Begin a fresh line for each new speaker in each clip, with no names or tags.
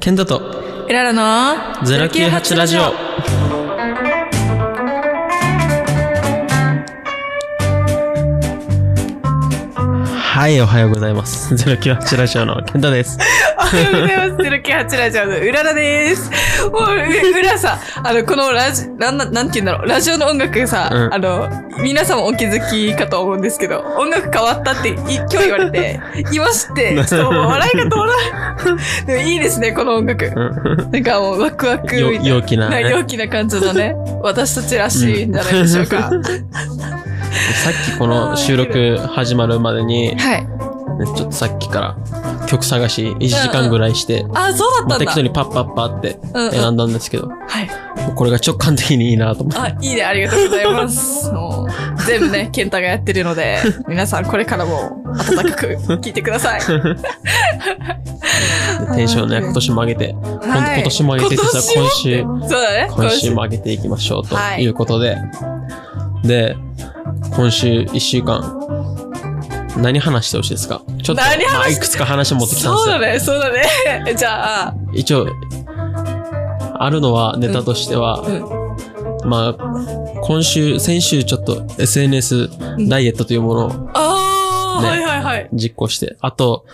ケンタと
エララの
098ラジオ。はい、おはようございます。098ラジオのケンタです。
おはようございます。098ラジオのうららです。もう、ううらさ、あの、このラジ、なんな、なんて言うんだろう、ラジオの音楽さ、
うん
あの、皆さんもお気づきかと思うんですけど、音楽変わったってい今日言われて、言わして、ちょっともう笑いが止まらない。でもいいですね、この音楽。
うん
なんかもうワクワクみたい
よ
な。
陽気なね
陽気な感じのね、私たちらしいんじゃないでしょ うか。
さっきこの収録始まるまでに、ね
はい。
ちょっとさっきから曲探し1時間ぐらいして、
あ、そう
まあ、
だったん
適
だ
当。にパッパッパって
うんうん
選んだんですけど、も
はい。
うこれが直感的にいいなと思って。
あ、いいね、ありがとうござ います。もう全部ね、健太がやってるので、皆さんこれからも温かく聞いてくだ さい。
でテンションね、今年も上げて、ほんと
はい
今年も上げててさ、今
今年
週。
もそうだね。
今週も上げていきましょうと
はい
いうことで、で今週1週間何話してほしいですかちょっと、ま
何話して
あ、いくつか話持ってきたんで
そう
す
だ
よ、
ね、そうだね。 じゃあ、
一応あるのはネタとしては、
うん。
まあ今週先週ちょっと SNS ダイエットというものを
あー、
ね
はいはいはい。
実行して、あと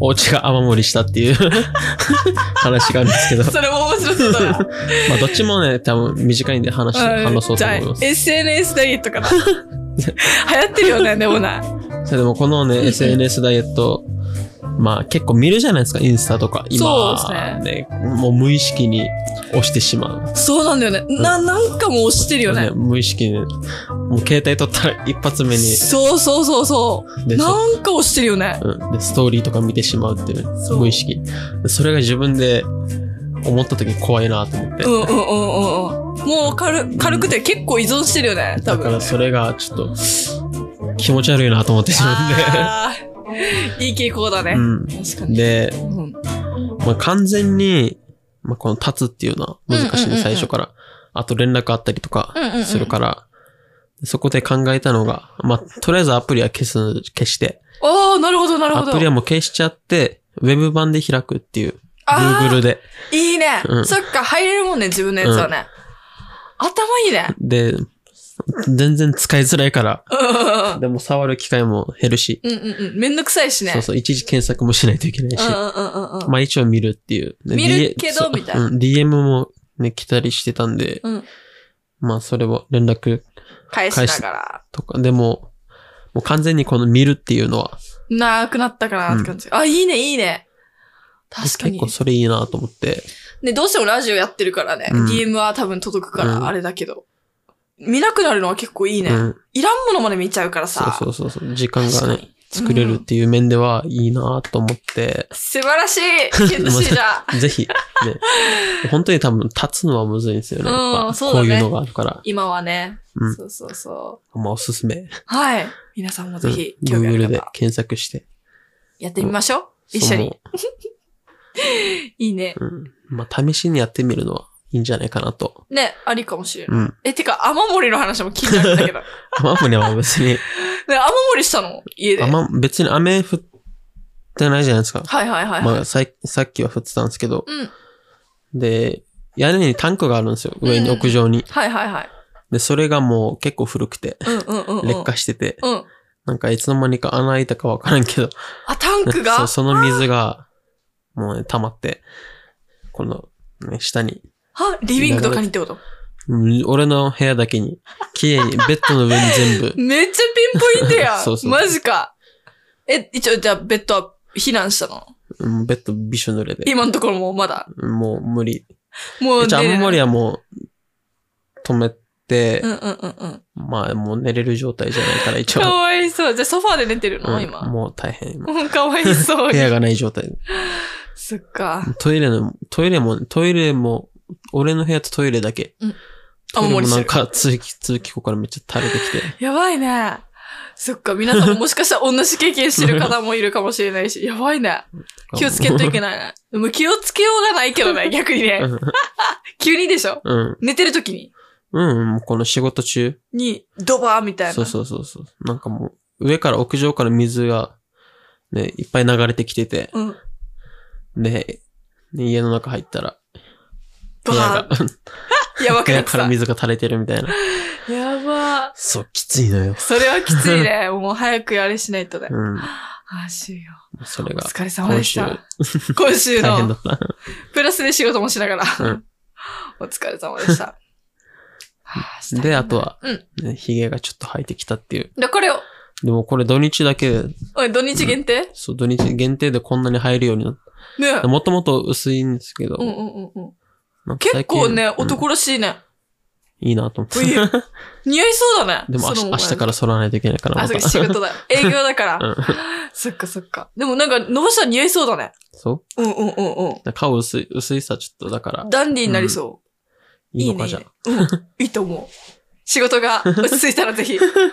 お家が雨漏りしたっていう 話があるんですけど
それも面白そうだな。
まあどっちもね多分短いんで話 して
うん
話そう
じ
と
ゃあ
思います、
SNS ダイエット かな。流行ってるよね、でもな。
それでもこのね、SNS ダイエット、まあ結構見るじゃないですか、インスタとか。今
そうです
ねもう無意識に押してしまう。
そうなんだよね。な、なんかもう押してるよね。
無意識に。もう携帯取ったら一発目に、
そうそうそうそう。
でしょ
なんか押してるよね。
うん、でストーリーとか見てしまうっていう
そう
無意識。それが自分で思った時怖いなと思って
う。んうんうんうんうん。もう軽軽くて結構依存してるよね、多
だか
分。
らそれがちょっと気持ち悪いなと思って自分
あーいい傾向だね。
うん
確かに。
で。で、
うん
まあ、完全に、まあ、この立つっていうのは難しい
うんうんうんう
ね、
ん
最初から。あと連絡あったりとか
うんうんうん
するから、そこで考えたのが、まあ、とりあえずアプリは消す、消して、
ああ、なるほど、なるほ
ア
ど。
プリはもう消しちゃって、ウェブ版で開くっていう、
あー
Google で。
いいね、
うん
そっか、入れるもんね、自分のやつはね。頭いいね。
で、全然使いづらいから、
う
でも触る機会も減るし、
んうんうん。めんどくさいしね。
そうそう、一時検索もしないといけないし、
うんうんうんうん。
まあ一応見るっていう。で
見る
D-
けど
そう
みたいな
うん DM もね、来たりしてたんで、
うん、
まあそれを連絡
返しながら。
とか、でも、もう完全にこの見るっていうのは、
なくなったかなって感じ。あ、いいね、いいね。確か
結
に
構。それいいなと思って、
ね、どうしてもラジオやってるからね。
うん
DM は多分届くか
うん
ら、あれだけど。見なくなるのは結構いいね。
うん、
いらんものまで見ちゃうから
そう
さ。
そうそうそう、時間が
確か
ね
に、
作れるっていう面ではいいなと思って、
素晴らしいケントシ ーじゃ
ぜ ひ、ね、本当に多分立つのはむずいんですよね。
うん
やっぱ
そう
こ
だ
う
ね
いうのがあるから、
今はね。
うん
そうそうそう。
まあおすすめ。
はい。皆さんもぜひ、
うん
興味あ
Google
る
で
方、
検索して。
やってみましょう。一緒に。いいね。
その。うん。まあ試しにやってみるのはいいんじゃないかなと。
ね、ありかもしれない。
うん。
え、てか、雨漏りの話も聞いてあるんだ けど。ね、
雨漏りは別 に、
雨漏りしたの家で。はい
雨、別に雨降ってないじゃないですか。
はいはいはい。
まあさいさっきは降ってたんですけど、
うん。
で、屋根にタンクがあるんですよ。上に、
うんうん
屋上に。
はいはいはい。
で、それがもう結構古くて、
うんうんうん、うん。
劣化してて、
うん。
なんかいつの間にか穴開いたかわからんけど、
あ、タンクが
そうその水が、もうね、溜まって、この、ね、下に、
はリビングとかにってこと、
うん俺の部屋だけに、綺麗に、ベッドの上に全部
めっちゃピンポイントや ん。
そうそう
マジか。え、一応じゃあベッドは避難したの
うんベッドびしょ濡れで、
今のところもまだ。
もう無理。
もう
じ
寝
ゃあ、
れ
雨
ない
漏りはもう、止めて
う、んうんうんうん。
まあ、もう寝れる状態じゃないから、一応
か。わいそう。じゃあソファーで寝てるの、
うん
今。
もう大変。今
うんかわいそう
部
に。
屋がない状態で。
そっか。
トイレの、トイレも、トイレも、俺の部屋とトイレだけ。
うん
トイレも
雨漏りし
な
て
ん
る
か通気、通気口からめっちゃ垂れてきて。
やばいね。そっか、皆さんももしかしたら同じ経験してる方もいるかもしれないし、やばいね。気をつけんといけないね。でも気をつけようがない けどね、逆にね
う。ん
急にでしょ
うん。
寝てる時に。
うん、もうこの仕事中。
に、ドバーみたいな。
そうそうそうそう。なんかもう、上から屋上から水が、ね、いっぱい流れてきてて。
うん。
で、で家の中入ったら、部
バ
屋
ー
が
ン、やばく
部
なっ
屋
て
から
た。
水が垂れてるみたいな。
やば。
そう、きついのよ。
それはきついね。 もう早くあれしないとね。
うん。
あ、しよ
それ
う。お
が、
疲れ様でした。今週
大変だ
の、
った。
プラスで仕事もしながら
うん。
お疲れ様でした。は あ
で、あと。は、
うん。
ね、髭がちょっと生えてきたっていう。
だからよ、
でもこれ土日だけで、
おい土日限定
そう、土日限定でこんなに生えるようになっ
ね
た。もともと薄いんですけど、
うんうんうんうん。
なんか
結
最近
構ね、
うん
男らしいね。
いいなと思って。
いい似合いそうだね。
でも明
そ
日
の
明日から剃らないといけないから、
あ、
ま
そう
た
か、仕 事だ。営業だから。
うん
そっかそっか。でもなんか、伸ばしたら似合いそうだね。
そ
うんうんうんう
う顔薄い、薄いさちょっとだから
ん。、ダンディーになりそ。
いうい
い
の
いね。
か
いい
じゃ
ねうん。いいと思う。仕事が落ち着いたらぜ ひ。うん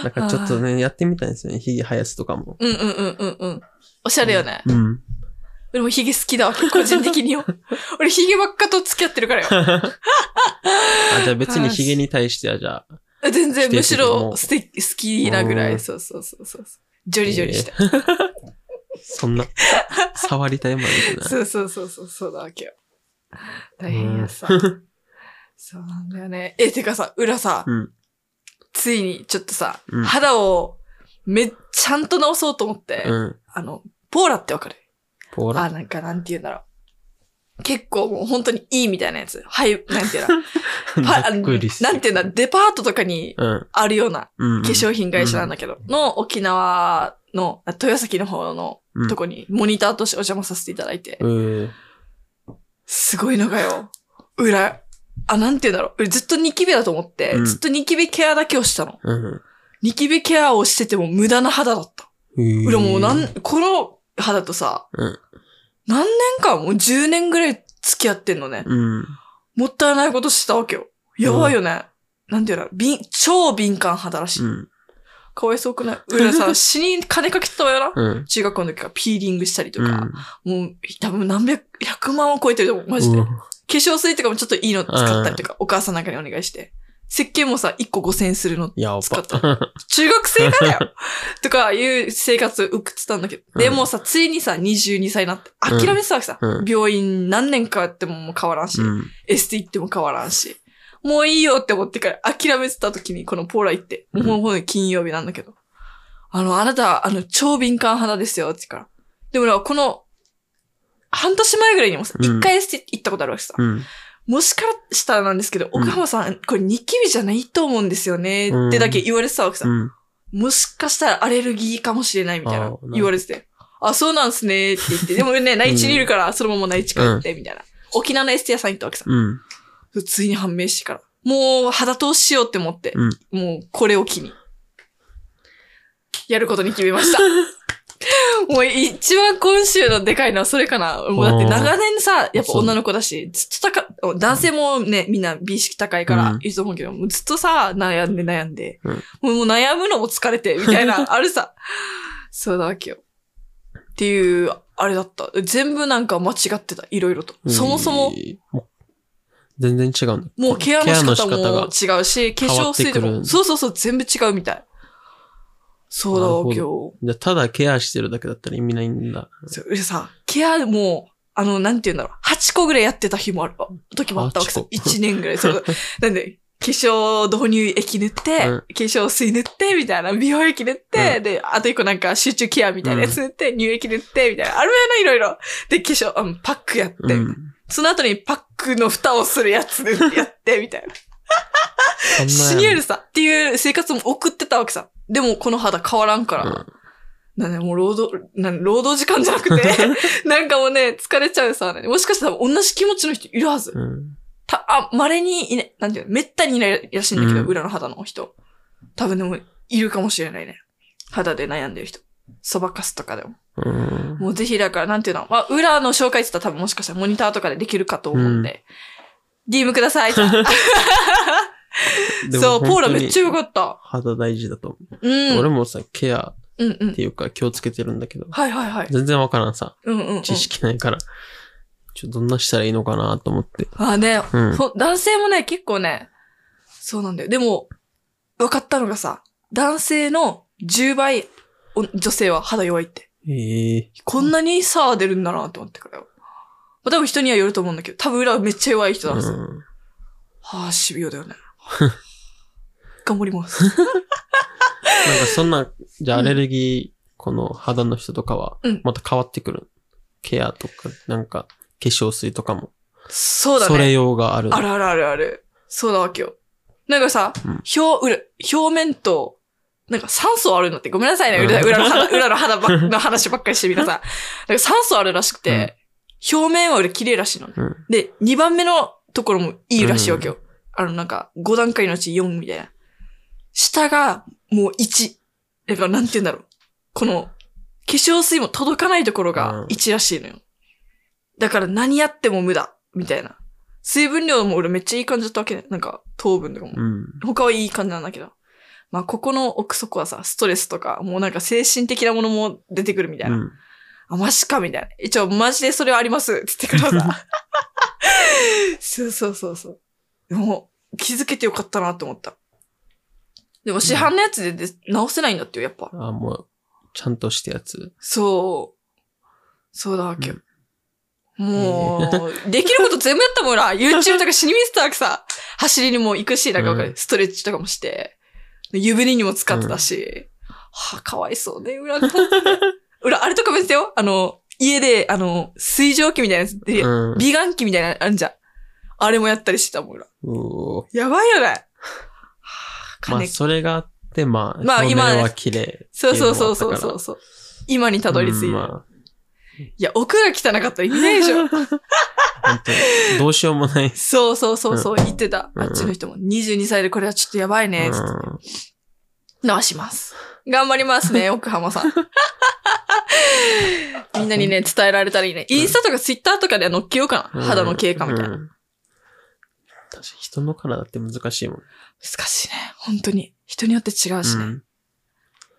あ。だからちょっとね、やってみたいですよね。髭生やすとかも。
うんうんうんうん。おしゃれよね。
うん。
俺もヒゲ好きだわ、個人的 によ。俺ヒゲばっかと付き合ってるからよ。
あ、じゃあ別に髭に対してはじゃあ、
全然、むしろ
否
素敵好きなぐら
うん
い。そうそうそうそう。ジョリジョリして。
そんな、触りたいまでいくな。
そうそうそうそう、そうだわけよ。大変やさ。 そうなんだよね。え、てかさ、裏さ、
うん。
ついにちょっとさ、
うん
肌をめっちゃんと直そうと思って、
うん。
あの、ポーラってわかる
ポーラ。
あ、なんかなんて言うんだろう。結構もう本当にいいみたいなやつ。はい、なんて言 うんだパあ
ざっ
の
くりして
なんて言うんだデパートとかに
うん。
あるような
うん。
化粧品会社なんだけど、の沖縄の、あ豊崎の方の
うん
とこにモニターとしてお邪魔させていただいて、
うん。
すごいのがよ。裏、あ、なんて言うんだろう。俺ずっとニキビだと思って、
うん
ずっとニキビケアだけをしたの。
うん。
ニキビケアをしてても無駄な肌だった。
うん
俺もうなん、この肌とさ、
うん
何年間もう10年ぐらい付き合ってんのね。
うん。
もったいないことしてたわけよ。やばいよね。なんて言うの敏超敏感肌らしい。
うん。
かわいそうくない 俺さ、死に金かけてたわよな。
うん。
中学校の時からピーリングしたりとか、もう多分何百、100万を超えてると思う、マジで。
うん
化粧水とかもちょっといいの使ったりとか、お母さんなんかにお願いして。石鹸もさ、1個5000円するの
やば。
使った中学生がだ よとかいう生活を送ってたんだけど。で
うん
もうさ、ついにさ、22歳になって、諦めてたわけさ。
うん
病院何年かやってももう変わらんし、
うん。
エステ行っても変わらんし、もういいよって思ってから諦めてた時にこのポーラ行って、
うん
もうほんと金曜日なんだけど。あの、あなた、あの、超敏感肌ですよって言うから。でもな、この、半年前ぐらいにもさ、
うん
一回エステ行ったことあるわけさ。
うん。
もしかしたらなんですけど、
うん
奥浜さん、これニキビじゃないと思うんですよね、ってだけ言われてたわけさ
う。ん。
もしかしたらアレルギーかもしれないみたい
あーなる
な
ほど
言われてて。あ、そうなんすねって言って。でもね、内地にいるから、そのまま内地帰って、みたいな。沖縄のエステ屋さん行ったわけさ。
うん。
ついに判明してから。もう肌通しようって思って、
うん
もうこれを機に。やることに決めま した。もう一番今週のでかいのはそれかな。もうだって長年さ、やっぱ女の子だし、ずっと高、男性もね、みんな美意識高いか
うん
らいいと思うけど、もうずっとさ、悩んで悩んで、
うん
もうもう悩むのも疲れて、みた いな、あるさ。そうだわけよ。っていう、あれだった。全部なんか間違ってた、いろいろと。そもそも、
もう。全然違うんだ。
もうケアの仕方も違うし、化
変わ
粧
って
水
く
と
る
かも、そうそうそう、全部違うみたい。そうだわ、
な
今
る
日。
じゃあただケアしてるだけだったら意味ないんだ。
そう俺さ、ケアも、あの、なんて言うんだろう、8個ぐらいやってた日もある、時もあったわけさ
8個。
1年ぐら い。そう。なんで、化粧導入液塗って、
うん
化粧水塗って、みたいな、美容液塗って、で、あと1個なんか集中ケアみたいなやつ塗って、乳液塗って、みたいな。あるやないろいろ。で、化粧、うん、パックやって、
うん。
その後にパックの蓋をするやつ塗ってやって、みたいな。
そんな
シニエルさっていう生活も送ってたわけさ。でもこの肌変わらんから。
うん
なんでもう労働、なん労働時間じゃなく て、なんかもうね、疲れちゃうさ、もしかしたら同じ気持ちの人いるはず。
うん。
た、あ、稀にいね、なんていうの、めったにいないらしいんだけど、
うん
裏の肌の人。多分でも、いるかもしれないね。肌で悩んでる人。そばかすとかでも。
うん。
もうぜひだから、なんていうの、まあ、裏の紹介って言ったら多分もしかしたらモニターとかでできるかと思うんで、DM ください。
でも
そう、ポーラ
本当
め
に
っちゃよかった。
肌大事だと思う。
うん。
俺もさ、ケア
うんうん
っ。ていうか気をつけてるんだけど、
はいはいはい。
全然わからんさ。
うんうん、うん。
知識ないから、ちょっとどんなしたらいいのかなと思って。
ああね、
うん
ほん男性もね、結構ね、そうなんだよ。でも、分かったのがさ、男性の10倍、お女性は肌弱いって。
ええ
こんなに差出るんだなって思ってからよ。あ、多分人にはよると思うんだけど、多分裏はめっちゃ弱い人だはず。
うん
はあ、しびよだ よね。頑張ります。
なんかそんな、じゃあアレルギー、この肌の人とかは
うん、
また変わってくる。ケアとか、なんか、化粧水とかも。
そうだね。
れ用がある。
あるあるあるある。そうなわけよ。なんかさ、
うん
表、裏、表面と、なんか酸素あるんだって。ごめんなさいね。裏裏の 肌、裏の肌ばっの話ばっかりして皆さん。なんか酸素あるらしくて、表面は裏綺麗らしいのね。
うん。
で、2番目のところもいいらしいわけよ。あの、なんか、5段階のうち4みたいな。下が、もう1。だから、なんて言うんだろう。この、化粧水も届かないところ
うん
が1らしいのよ。だから、何やっても無駄。みたいな。水分量も俺めっちゃいい感じだったわけね。なんか、糖分とかも。
うん。
他はいい感じなんだけど。まあ、ここの奥底はさ、ストレスとか、もうなんか精神的なものも出てくるみたいな。
うん
あ、マジかみたいな。一応、マジでそれはありますって言ってからさ。そうそうそうそう。でも、気づけてよかったなって思った。でも、市販のやつでで直せないんだってよ、やっぱ。
あ、もう、ちゃんとしたやつ。
そう。そうだわけよ。もう、できること全部やっ たもんな。YouTube とか死に見せたわけさ。走りにも行くし、なんかわかる、
うん
ストレッチとかもして。湯船にも使ってたし。はあ、かわいそうね、裏の。 裏、あれとか別だよ。あの、家で、あの、水蒸気みたいなやつ
う
で、
ん。
美顔器みたいなのあんじゃん。あれもやったりしてたもん、裏。
うお
やばいよね。はあ、
まあ、
金、
それがあって、まあ、
まあ
表
今
面は綺麗。
そうそうそうそう
ってい
そ
のもあったか
う
ら
うそう。今にたどり着いて。
うんま
いや、奥が汚かったら意味ないでしょ。
あ、本当にどうしようもないです。
そうそうそうそう、言ってた。
うん
あっちの人も。22歳でこれはちょっとやばいね、つって。直します。頑張りま すね、奥浜さん。みんなにね、伝えられたらいいね。インスタとかツイッターとかで載っけようか
う
な。
ん
肌の経過みたいな。
うん確かに人の体って難しいもん。
難しいね。本当に。人によって違うし
う
ね。
ん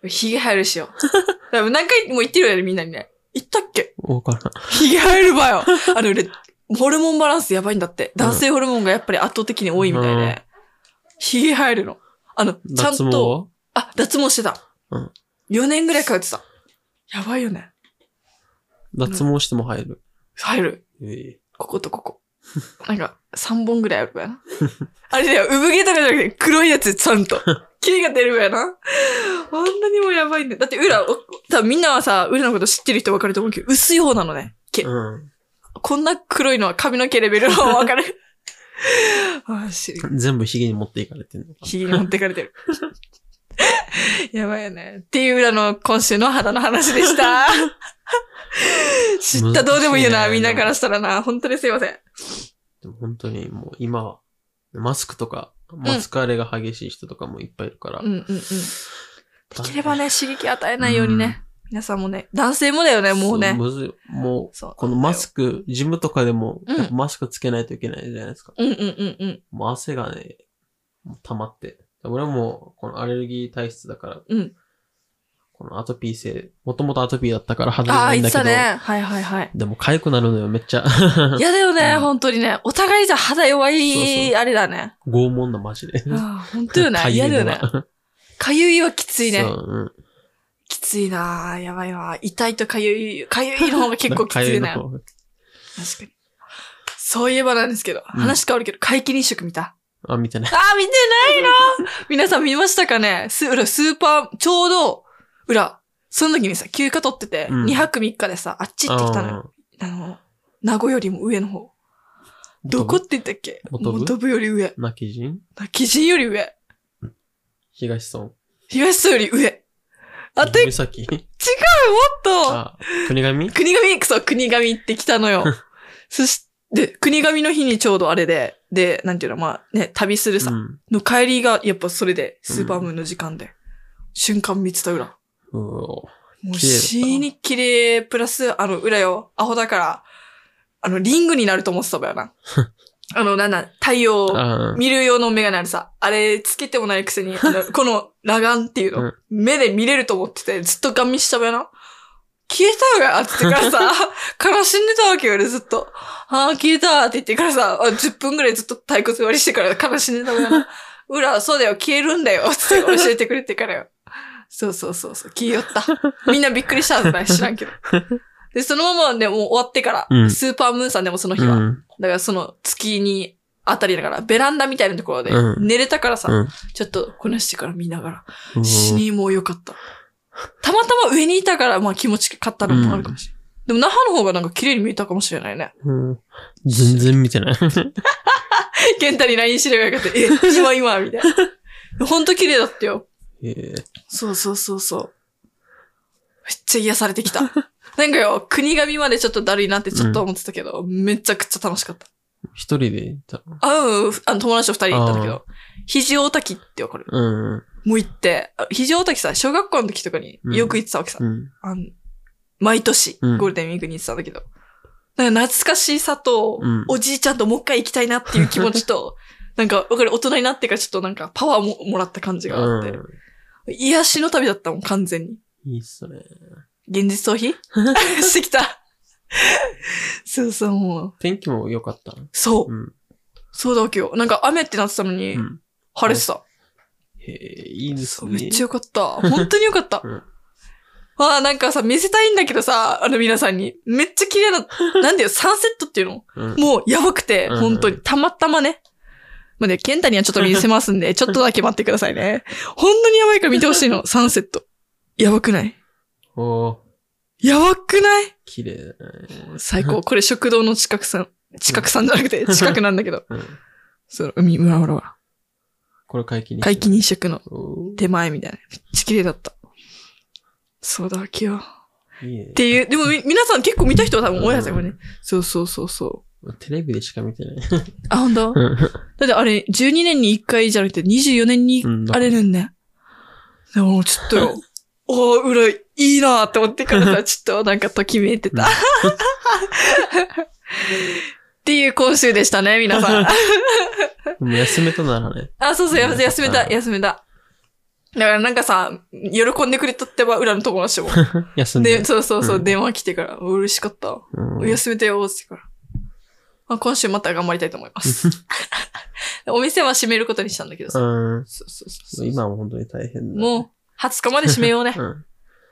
髭生える しよ。多分何回も言ってるよね、みんなにね。言ったっけ
わからん。
髭生えるばよ。あの、俺ホルモンバランスやばいんだって。男性ホルモンがやっぱり圧倒的に多いみたい
うん
で。髭生えるの。あの、ちゃん
脱毛
と。
は
あ、脱毛してた。
うん
4年ぐらい通ってた。やばいよね。
脱毛しても入る。
入る。
ええ
ここと ここ。なんか、3本ぐらいあるからな。あれだよ、産毛とかじゃなくて、黒いやつ、ちゃ んと。毛が出るからな。あんなにもやばいんだよ。だって、裏、お多分みんなはさ、裏のこと知ってる人分かると思うけど、薄い方なのね。毛。
う
こんな黒いのは髪の毛レベルの方が分 かる。あ、知る。
ん。全部ヒゲに持っていかれてるのか。
ひげに持ってかれてる。 やばいよね。っていう裏の今週の肌の話で した。知ったどうでもいいよな、
難し
み
いね
んなからしたらな。本当にすいません。
でも本当にもう今は、マスクとか、マスクあれが激しい人とかもいっぱいいるから。
うんうんうん。で
大変
きればね、刺激与えないようにね。皆さんもね。男性もだよね、
ん
もうね。
むずいもう、
そう。
このマスク、ジムとかでも、
うん
やっぱマスクつけないといけないじゃないですか。
うんうんうんうん。
もう汗がね、もう溜まって。俺はもう、このアレルギー体質だから、
うん
このアトピー性、もともとアトピーだったから外れ
ああ
な
ー、
いん
言っ
だ
て
け
た
ど、
ね。はいはいはい。
でも痒くなるのよ、めっちゃ。
嫌だよね、
うん
本当にね。お互いじゃ肌弱
そう
い、
そ
あれだね。
拷問だ、マジで。
ああ、本当よね。
痒い
嫌だよ
の
ね
が。
かゆいはきついね。
そう、うん。
きついなぁ。やばいわ。痛いとかゆい、かゆいの方が結構きつ
痒
いな。確
の方が
かに。そういえばなんですけど、
うん
話変わるけど、皆既日食見た。
あ、見てない。
あー、見てないの皆さん見ましたかねす、裏、スーパー、ちょうど、裏、その時にさ、休暇取ってて、
うん
2泊3日でさ、あっち行ってきたのよ。あの、名護よりも上の方。
うん
どこって言ったっけ
本部
元部より上。
泣き人
鬼神より上。
東村。
東村より上。あて、
伊崎
と、
あ、国神
国神、そう、国神って来たのよ。そし、で、国神の日にちょうどあれで、で、なんていうの、まあね、旅するさ、
うん。
の帰りが、やっぱそれで、スーパームーンの時間で、瞬間見てた裏。
うお
もう
綺麗だった
死に綺麗、プラス、あの、裏よ、アホだから、あの、リングになると思ってたばよな。あの、なんなん、太陽を
あー
見る用のメガネあるさ、あれつけてもないくせに、あ のこの裸眼っていうの、目で見れると思ってて、ずっとガン見したばよな。消えたよがって言っ てからさ、悲しんでたわけよ、俺ずっと。ああ、消えたって言ってからさ、あ10分ぐらいずっと体骨割りしてから悲しんでたわ よな。裏、そうだよ、消えるんだよ、つって教え てくれてからよ。そうそうそう、そう消えよった。みんなびっくりしたはずない、知らんけど。で、そのままね、もう終わってから、
うん
スーパームーンさんでもその日
う
は、
ん。
だからその月にあたりだから、ベランダみたいなところで
うん
寝れたからさ、
うん
ちょっとこなしてから見なが
う
ら、
ん
死にもうよかった。たまたま上にいたから、まあ気持ちかったのもあるかもしれない。でも那覇の方がなんか綺麗に見えたかもしれないね。
うん全然見てない。
健太に LINE しればよ かった。え、今今みたいな。ほんと綺麗だったよ。
ええ
そうそうそうそう。めっちゃ癒され てきた。なんかよ、国神までちょっとだるいなってちょっと思ってたけど、めちゃくちゃ楽しかった。
一人で行ったの
あ、うん、あの友達と二人で行ったんだけど、肘大滝ってわかる
うん。
もう行って、あ肘大滝さ、小学校の時とかによく行ってたわけさ。
うん。
あの毎年、ゴ
うん
ールデンウィークに行ってたんだけど、なんか懐かしさと、
うん
おじいちゃんともう一回行きたいなっていう気持ち と、なんか、わかる、大人になってからちょっとなんかパワーももらった感じがあって、
うん
癒しの旅だったもん、完全に。
いいっすね。
現実逃 避してきた。そうそう、もう。
天気も良かった。
そう、
うん。
そうだわけよ。なんか雨ってなってたのに
う、ん。
晴れてた。
へえ、いいですね。
めっちゃよかった。本当によかった。
うん
ああ、なんかさ、見せたいんだけどさ、あの皆さんに。めっちゃ綺麗な、なんだよ、サンセットっていうの
うん
もうやばくて、
うん
本当に。たまたまね。まあね、ケンタにはちょっと見せます んで、ちょっとだけ待ってくださいね。本当にやばいから見てほしいの、サンセット。やばくない
おー、
やばくない
綺麗だね。
最 高。これ食堂の近くさん、近くさんじゃなくて、近くなんだけ ど。
うん。
その海、うわうらうら。
これ解禁に。
皆既日食の
おー
手前みたいな。めっちゃ綺麗だった。そうだわけよ。
いいね
っていう、でもみ、皆さん結構見た人は多分多いはずだよね。そうそうそうそう。
テレビでしか見てない。
あ、ほんとだ
うん
ってあれ、12年に1回じゃなくて24年に
うん
あれるんね。でも、ちょっ とよ。おー、うらい、いいなーって思ってからさ、ちょっとなんかときめいてた。
うん
っていう今週でしたね、皆 さん。
でも休めたならね。
あ、そうそう、やめ休めた、
うん
休めた。だからなんかさ、喜んでくれたってば、裏の友達も。
休んで。
で、そうそうそう、
うん
電話来てから、嬉しかった。
うん
休めてよ、ってから。まあ、今週また頑張りたいと思い ます。お店は閉めることにしたんだけどさ。
うん。
そうそうそうそう。
今は本当に大変だ。
もう、20日まで閉めよ うね。
うん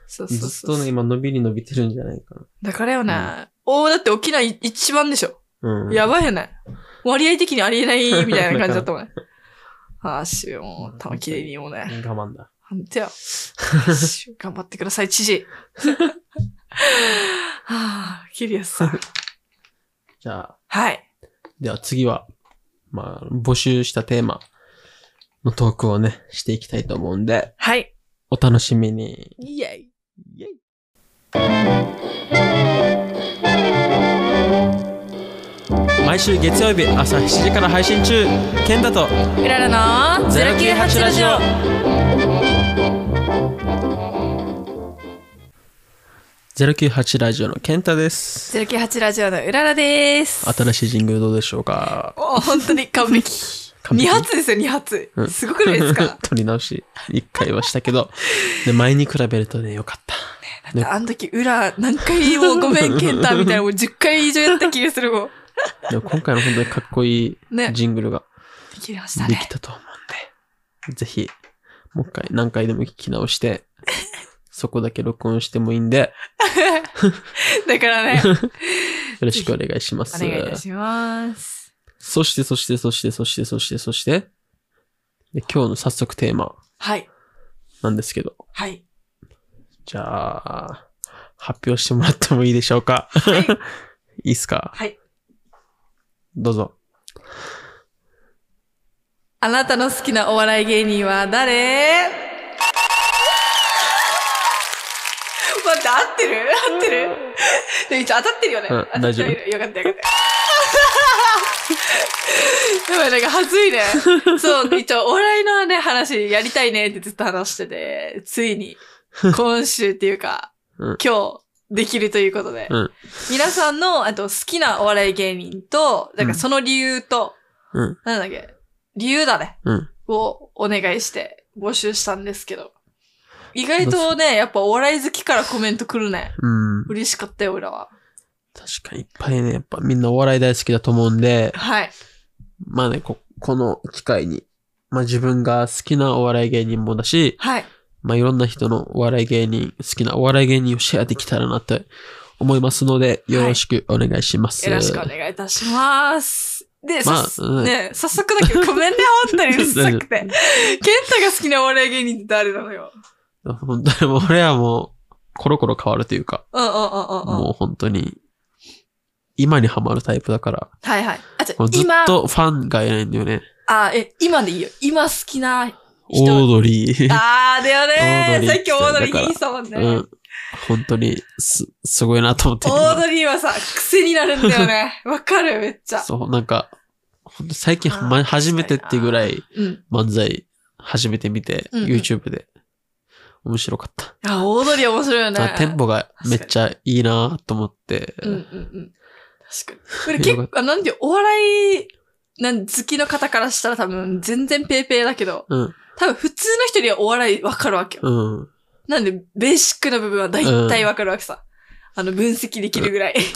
そうそう
ずっ
そう
とね、今伸びり伸びてるんじゃないか
だからよね。おー、だって沖縄い一番でしょ。
な。うん。
やばいよね。割合的にあり えないみたいな感じだったもんね。ああ、しもう、玉切れに もね。
我慢だ。
ほん とよ。しゅ頑張ってください、知事。はあ、キリアス さん。
じゃあ、
はい。
では次は、まあ、募集したテーマのトークをね、していきたいと思うんで、
はい。
お楽しみに。
イェイ。
イェイ毎週月曜日朝7時から配信中、ケンタと
うららの098ラジオ。
098ラジオのケンタです。
098ラジオのうららです。
新しい神宮どうでしょうか
お本当に完璧。
完
2
璧
発ですよ、2発
う。ん
すごくな いですか
取り直し、1回はしたけ ど、で前に比べるとね、よかった。ね
あの時、うら、何回もごめん、ケンタ、みたいな、もう10回以上やった気がするもん。
でも今回の本当にかっこい
ね
いジングルが
できました
で
ね
き。たと思うんで、ぜひ、もう一回何回でも聞き直 して、そこだけ録音してもいいんで、
だからね、
よろしくお願いしま
お
す。
願いいたします。
そして、そして、そして、そして、そして、そして、で今日の早速テーマ
はい。
なんですけど、
はい。
じゃあ、発表してもらってもいいでしょうか。
はい。
いいっすか
はい。
どうぞ。
あなたの好きなお笑い芸人は誰待って、合ってる合ってるでも一応当たってるよね。
うん
当たってる
大丈夫
よかったよかった。やばい、なんか恥ずいね。 そう、一応、お笑いのね、話やりたいねってずっと話してて、つい に、今週っていうか、
うん
今日、できるということで、
うん
皆さんの、あと、好きなお笑い芸人と、だからその理由と、
うん
なんだっけ、理由だね。
うん。
をお願いして募集したんですけど。意外とね、やっぱお笑い好きからコメント来るね。
うん。
嬉しかったよ、俺らは。
確かにいっぱいね、やっぱみんなお笑い大好きだと思うんで、
はい。
まあね、こ、この機会に、まあ自分が好きなお笑い芸人もだし、
はい。
まあいろんな人のお笑い芸人、好きなお笑い芸人をシェアできたらなって思いますので、よろしくお願いします。
よろしくお願いいたします。で、
まあ
さす
うん
ね、早速だけどごめんね、本当にうるさ くて。ケンタが好きなお笑い芸人って誰なのよ。
本当にもう俺はもう、コロコロ変わるというか、
うんうんうんうんうん。
もう本当に、今にハマるタイプだから、
はいはい。あ、じゃ
もうずっ
今、
とファンがいないんだよね。
あ、え、今でいいよ。今好きな
オー
人。
ドリー。
あー、だよ
オード
ね
リー
さっきオードリ
だから
ーいいさもんね。
うん。本当に、す、すごいなと思ってる
オードリーはさ、癖になるんだよ ね。わかるめっちゃ。
そう、なんか、ほんと最近
あー
ほんまに初めてってぐらい
うん。
漫才始めてみて、
うんうん
YouTube で。面白かった。
あ、オードリー面白い
だ
よね
から。テンポがめっちゃいいなと思って、
うんうんうん。確かに。これ結構、あなんていうお笑い、なん好きの方からしたら多分全然ペーペーだけど、
うん、
多分普通の人にはお笑いわかるわけよ。
うん。
なんで、ベーシックな部分は大体わかるわけさ。あの、分析できるぐらい。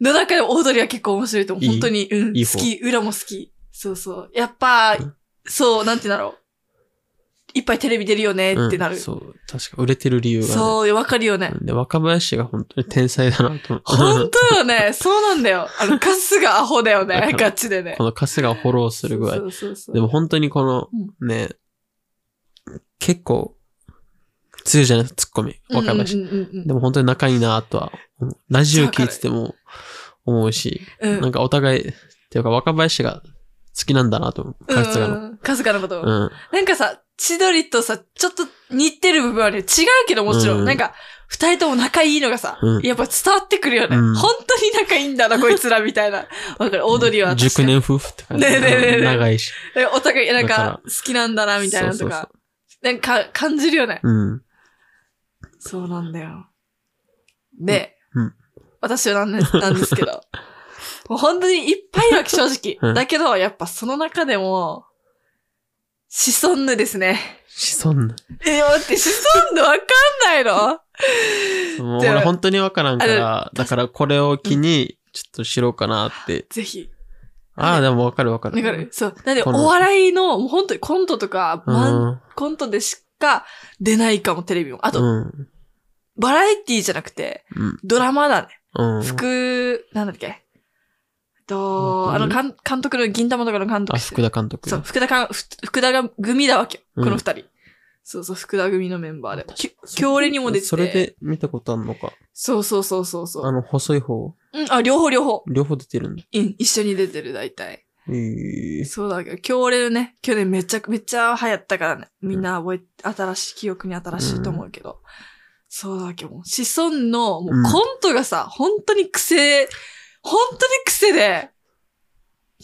の中でもオードリーは結構面白いと思う。
いい
本当に、うん、
いい方
好き、裏も好き。そうそう。やっぱ
ん、
そう、なんて言うんだろう。いっぱいテレビ出るよねってなる。
うんそう、確か売れてる理由がね、
そう、わかるよね。
で、若林が本当に天才だなと思っ
本
て。
当よね。そうなんだよ。あの、カスがアホだよ
だか
ね。
ら
ガチでね
こ。の春日をフォローするぐらい。
そうそうそう。
でも本当にこのね、結構、強いじゃないツッコミ、若林。
うんうんうんうん
でも本当に仲いいなとは思う、ラジオ聞いてても思うし、
うん。
なんかお互い、っていうか若林が好きなんだなと思う、
うん
春日の。
カスガのこと。
うん。
なんかさ、千鳥とさ、ちょっと似てる部分はね、違うけどもちろん、
うん
なんか、二人とも仲いいのがさ、
うん
やっぱ伝わってくるよね。
うん
本当に仲いいんだな、こいつら、みたいな。わかる、オードリーは確か
熟
に。
年夫婦って感じ。
ねえねえねえねえ
長いし。
お互い、なん
だから
か、好きなんだな、みたいなのとか。なんか、感じるよね。
うん。
そうなんだよ。で、
うん
私はなんでなんですけ ど、もう本当にいっぱいいるわけ、正
う
直。
ん
だけど、やっぱその中でも、シソンヌですね。
そんな。
え、待って、シソンヌわかんないの
もう
じゃあ
俺本当にわからんか
あ
ら、だからこれを機に、ちょっと知ろうかなって。
ぜひ。
ああ、でもわかるわかる。
わかるそう。なんで、
この
お笑いの、もう本当にコントとか、
うん。
漫コントでしか出ないかも、テレビも。あと、
うん。
バラエティじゃなくて、
うん。
ドラマだね。
うん。
服、なんだっけ。えっと、あ
本当
の、
に
かん監督の、銀玉とかの監督
あ、
して
福田監督。
そう、福田かん、ふ福田が組だわけよ。
うん
この二人。そうそう、福田組のメンバーで。き
そう
強烈にも出てて。
それで見たことあるのか。
そうそうそうそうそ
あ
う。
の、細い方。
うん、あ、両方両方。
両方出てるんだ。
うん、一緒に出てる、大体。
ええ
そうだけど、強烈ね、去年めちゃくめっちゃ流行ったからね。みんな覚え、新しい、記憶に新しいと思うけど。そうだけど、もうシソンの、もううんコントがさ、本当に癖、本当に癖で、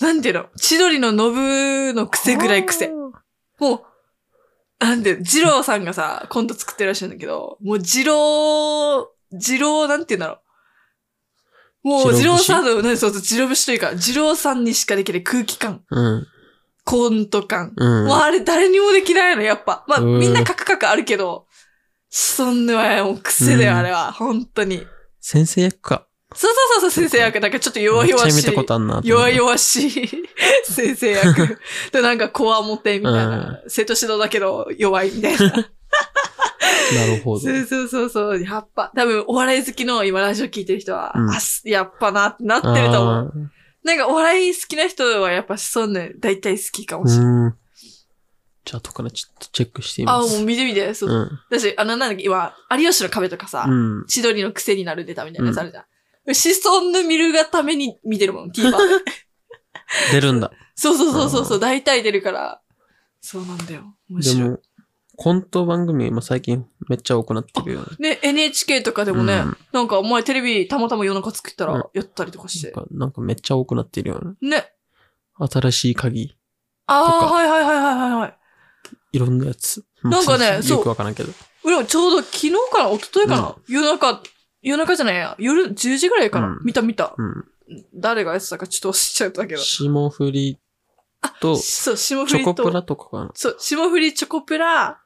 なんていうの、千鳥のノブの癖ぐらい癖。もう、なんで、ジローさんがさ、コント作ってるらっしゃるんだけど、もうジロー、ジローなんて言うんだろう。もう、ジ
ジ
ロ
ロー
ー
節
さんの、何そうそう、ジロー節というか、ジローさんにしかできない空気感、
うん。
コント感。
うん。
もうあれ誰にもできないの、やっぱ。まあ、
うん
みんなカクカクあるけど、そんなはもう癖だよ、
うん
あれは。本当に。
先生役か。
そうそうそう、そう先生役、なんかちょっと弱
めっち
々
ゃ見
しい
たこ。とあんなと思って。
弱々しい先生 役。で、なんか、コアモテみたいな。生徒指導だけど、弱いみたいな。
なるほど。
そうそうそうそう。やっぱ、多分、お笑い好きの今ラジオ聞いてる人は、
うん
あすやっぱなってなってると思う。
う。
なんか、お笑い好きな人はやっぱ、そうね、大体好きかもしれない。
うん。じゃあ、後からちょっとチェックしてみ
あ、
ま
も
す。
う見て見て。そう。
うん。
だし、あの、なんだっけ、今、有吉の壁とかさ、
うん。
千鳥の癖になるネタみたいなやつあるじゃん。シソンヌ見るがために見てるもん、TVer で。
出るんだ。
そうそうそうそうそう、大体出るから。そうなんだよ。面
で
白い。
も、コント番組、今最近めっちゃ多くなってるよね。
ね、NHK とかでもね、
うん
なんかお前テレビたまたま夜中作った
う
ら
ん
やったりとかし
なん
て。
かなんかめっちゃ多くなってるよね。
ね。
新しい鍵。
あ
と
あ、
か
はいはいはいはいはいはい。
いろんなやつ。
なんかね
まあ
そう
よくわからんけど。
俺もちょうど昨日かな、一昨日かな、夜中、夜中じゃないや、夜10時ぐらいかな、
うん
見た見た。
うん。
誰がやってたかちょっと忘れちゃったけど。
霜降りと、チ
そう、霜降り
ョ
と。
コプラとかかな。
そう、霜降りチョコプラ、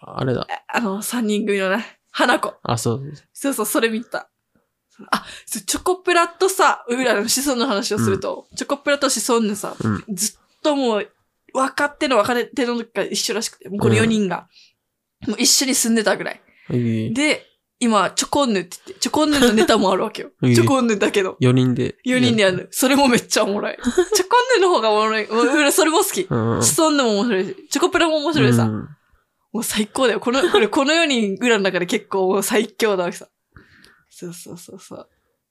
あれだ。
あの、3人組のね、花子。
あ、そう。
そうそう、それ見た。あ、そうチョコプラとさ、うらの子孫の話をすると、チョコプラと子孫のさ、
うん
ずっともう、分かってんの分かれてるの時から一緒らしくて、もうこの4人が、もう一緒に住んでたぐらい。
ええ
で、今、チョコンヌって言って、チョコンヌのネタもあるわけよ。
ええ
チョコンヌだけど。
4人で。
4人でやる。それもめっちゃおもろい。チョコンヌの方がおも ろい。俺、それも好き。チ
うんうん。
ョコンヌも面白いし、チョコプラも面白いしさ。
うん
もう最高だよ。この、これ、この4人ぐらいの中で結構もう最強だわけさ。そうそうそうそう。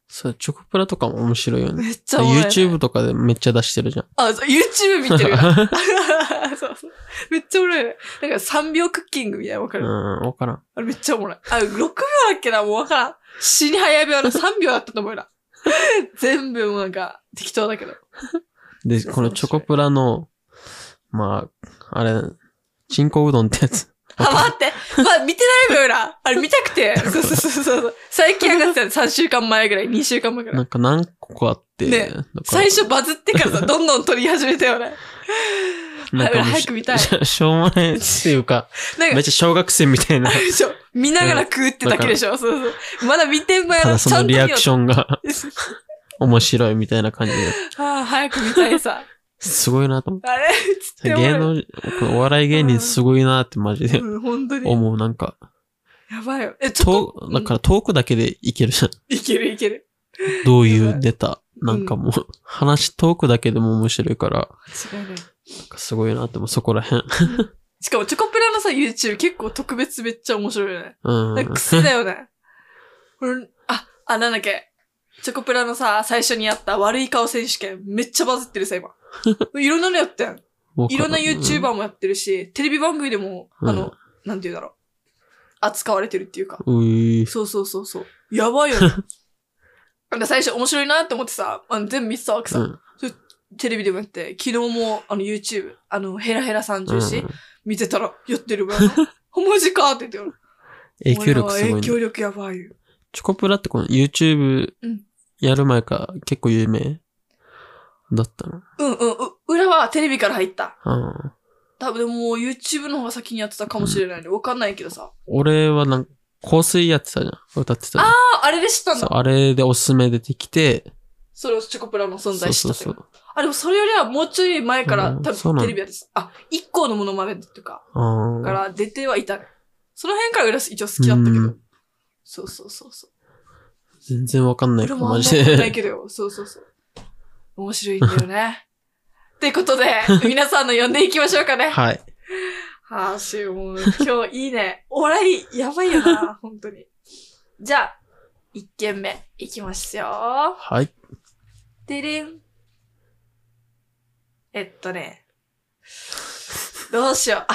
そう、チョコプラとかも面白いよね。
めっちゃおもろい、ね。
YouTube とかでめっちゃ出してるじゃん。
あ、そう YouTube 見てるよ。 そうそう。めっちゃおもろいね。なんか3秒クッキングみたいなのわか
う
る。
ん、わからん。
あれめっちゃおもろい。あ、6秒だっけなもうわからん。死に早い秒の3秒だったと思うな。 全部もうなんか適当だけど。
で、このチョコプラの、まあ、あれ、チンコうどんってやつ。
あ、待って。まあ、見てないのよな。あれ見たくて。そうそうそうそう。最近上がってたの。3週間前ぐらい、2週間前ぐら。
ないんか何個かあって、
ね
だから
最初バズって からさ、どんどん撮り始めたよね。
なんかもう
早く見たい
し ししょうもないっていうか、
な
め
ん
っ
か、
ちゃ小学生みたいな
あ。れでしょ。見ながら食うってだけでしょ。そうそう。まだ見てんばや
た
ろ。
だそのリアクシ
ョ
ョン
ン。
が面白いみたいな感じで。
ああ、早く見たいさ。
すごいなと思っ。
あれ つってて思うよ。
芸能、このお笑い芸人すごいなってマジで
うん、本当に。
思う。なんか、
やばいよ。え、ちょっ
遠
と、、
だから遠くだけでいけるじゃん。
いけるいける。
どうい
やば
う
い
ネタ。なんかもう、話遠くだけでも面白いから、
間違いない。
なんかすごいなって、もうそこら辺。
しかも、チョコプラのさ、YouTube 結構特別めっちゃ面白いよね。
うん。
なんか 癖だよね。俺あ、あ、なんだっけ。チョコプラのさ、最初にやった悪い顔選手権、めっちゃバズってるさ、 今。いろんなのやってん。
わか
いろんな YouTuber もやってるし、テレビ番組でも、あ
うん
の、なんて言うんだろう。扱われてるっていうか。
うんうい
そうそうそうそう。やばい よね。なんか最初面白いなって思ってさ、あの全部見てたわけ
う
さ、
ん。
テレビでもやって、昨日もあの YouTube、あの、ヘラヘラ
うん
34、見てたら、やってるわ。 あマジかって言ってよ。
影響力す
俺
ご
はい影
ね
響力やばいよ。
チョコプラってこの YouTube
うん
やる前から結構有名だったの。
うんうん、う裏はテレビから入った。
ああ
多分でももう YouTube の方が先にやってたかもしれないね。わかんないけどさ。
俺はなんか香水やってたじゃん。歌ってたじゃん。
あ、あれで知ったん
そう
だ。
あれでおすすめ出てきて、
それをチョコプラの
そう
存在知
そ
っ
う
たとい
そうう。
あ、でもそれよりはもうちょい前から、
うん
多
そう
分
なんだ
テレビやってた。あ、一個のものまねとか、
あ
か
あ
ら出てはいたね。その辺から裏一応好きだったけ
う
ど
ん。
そうそうそうそう。
全然わかんないか
俺
ら、
もあんま
マジ
分かんない
で。
けどよ。そうそうそう。面白いんだよ ね。ってことで、皆さんの呼んでいきましょうかね。
はい。
はあ、し、もう今日いいね。お笑い、やばいよな、本当に。じゃあ、一件目、いきますよ。
はい。
てれん。えっとね。どうしよう。あ、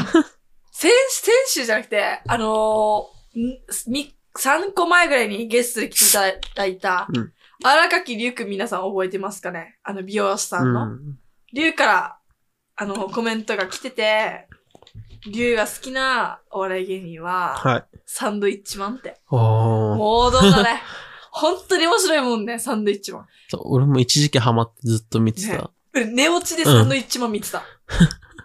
先、先週じゃなくて、あのー、んみ、3個前ぐらいにゲストで来ていただいた
うん、
荒垣龍くん皆さん覚えてますかねあの美容師さ
うん
の。
ん。
リュウから、あの、コメントが来てて、リュウが好きなお笑い芸人は、
はい。
サンドイッチマンって。
ああ。
王道だ ね。本当に面白いもんね、サンドイッチマン。
そう俺も一時期ハマってずっと見て
ね
た。
俺寝落ちでサンドイッチマン見 てた。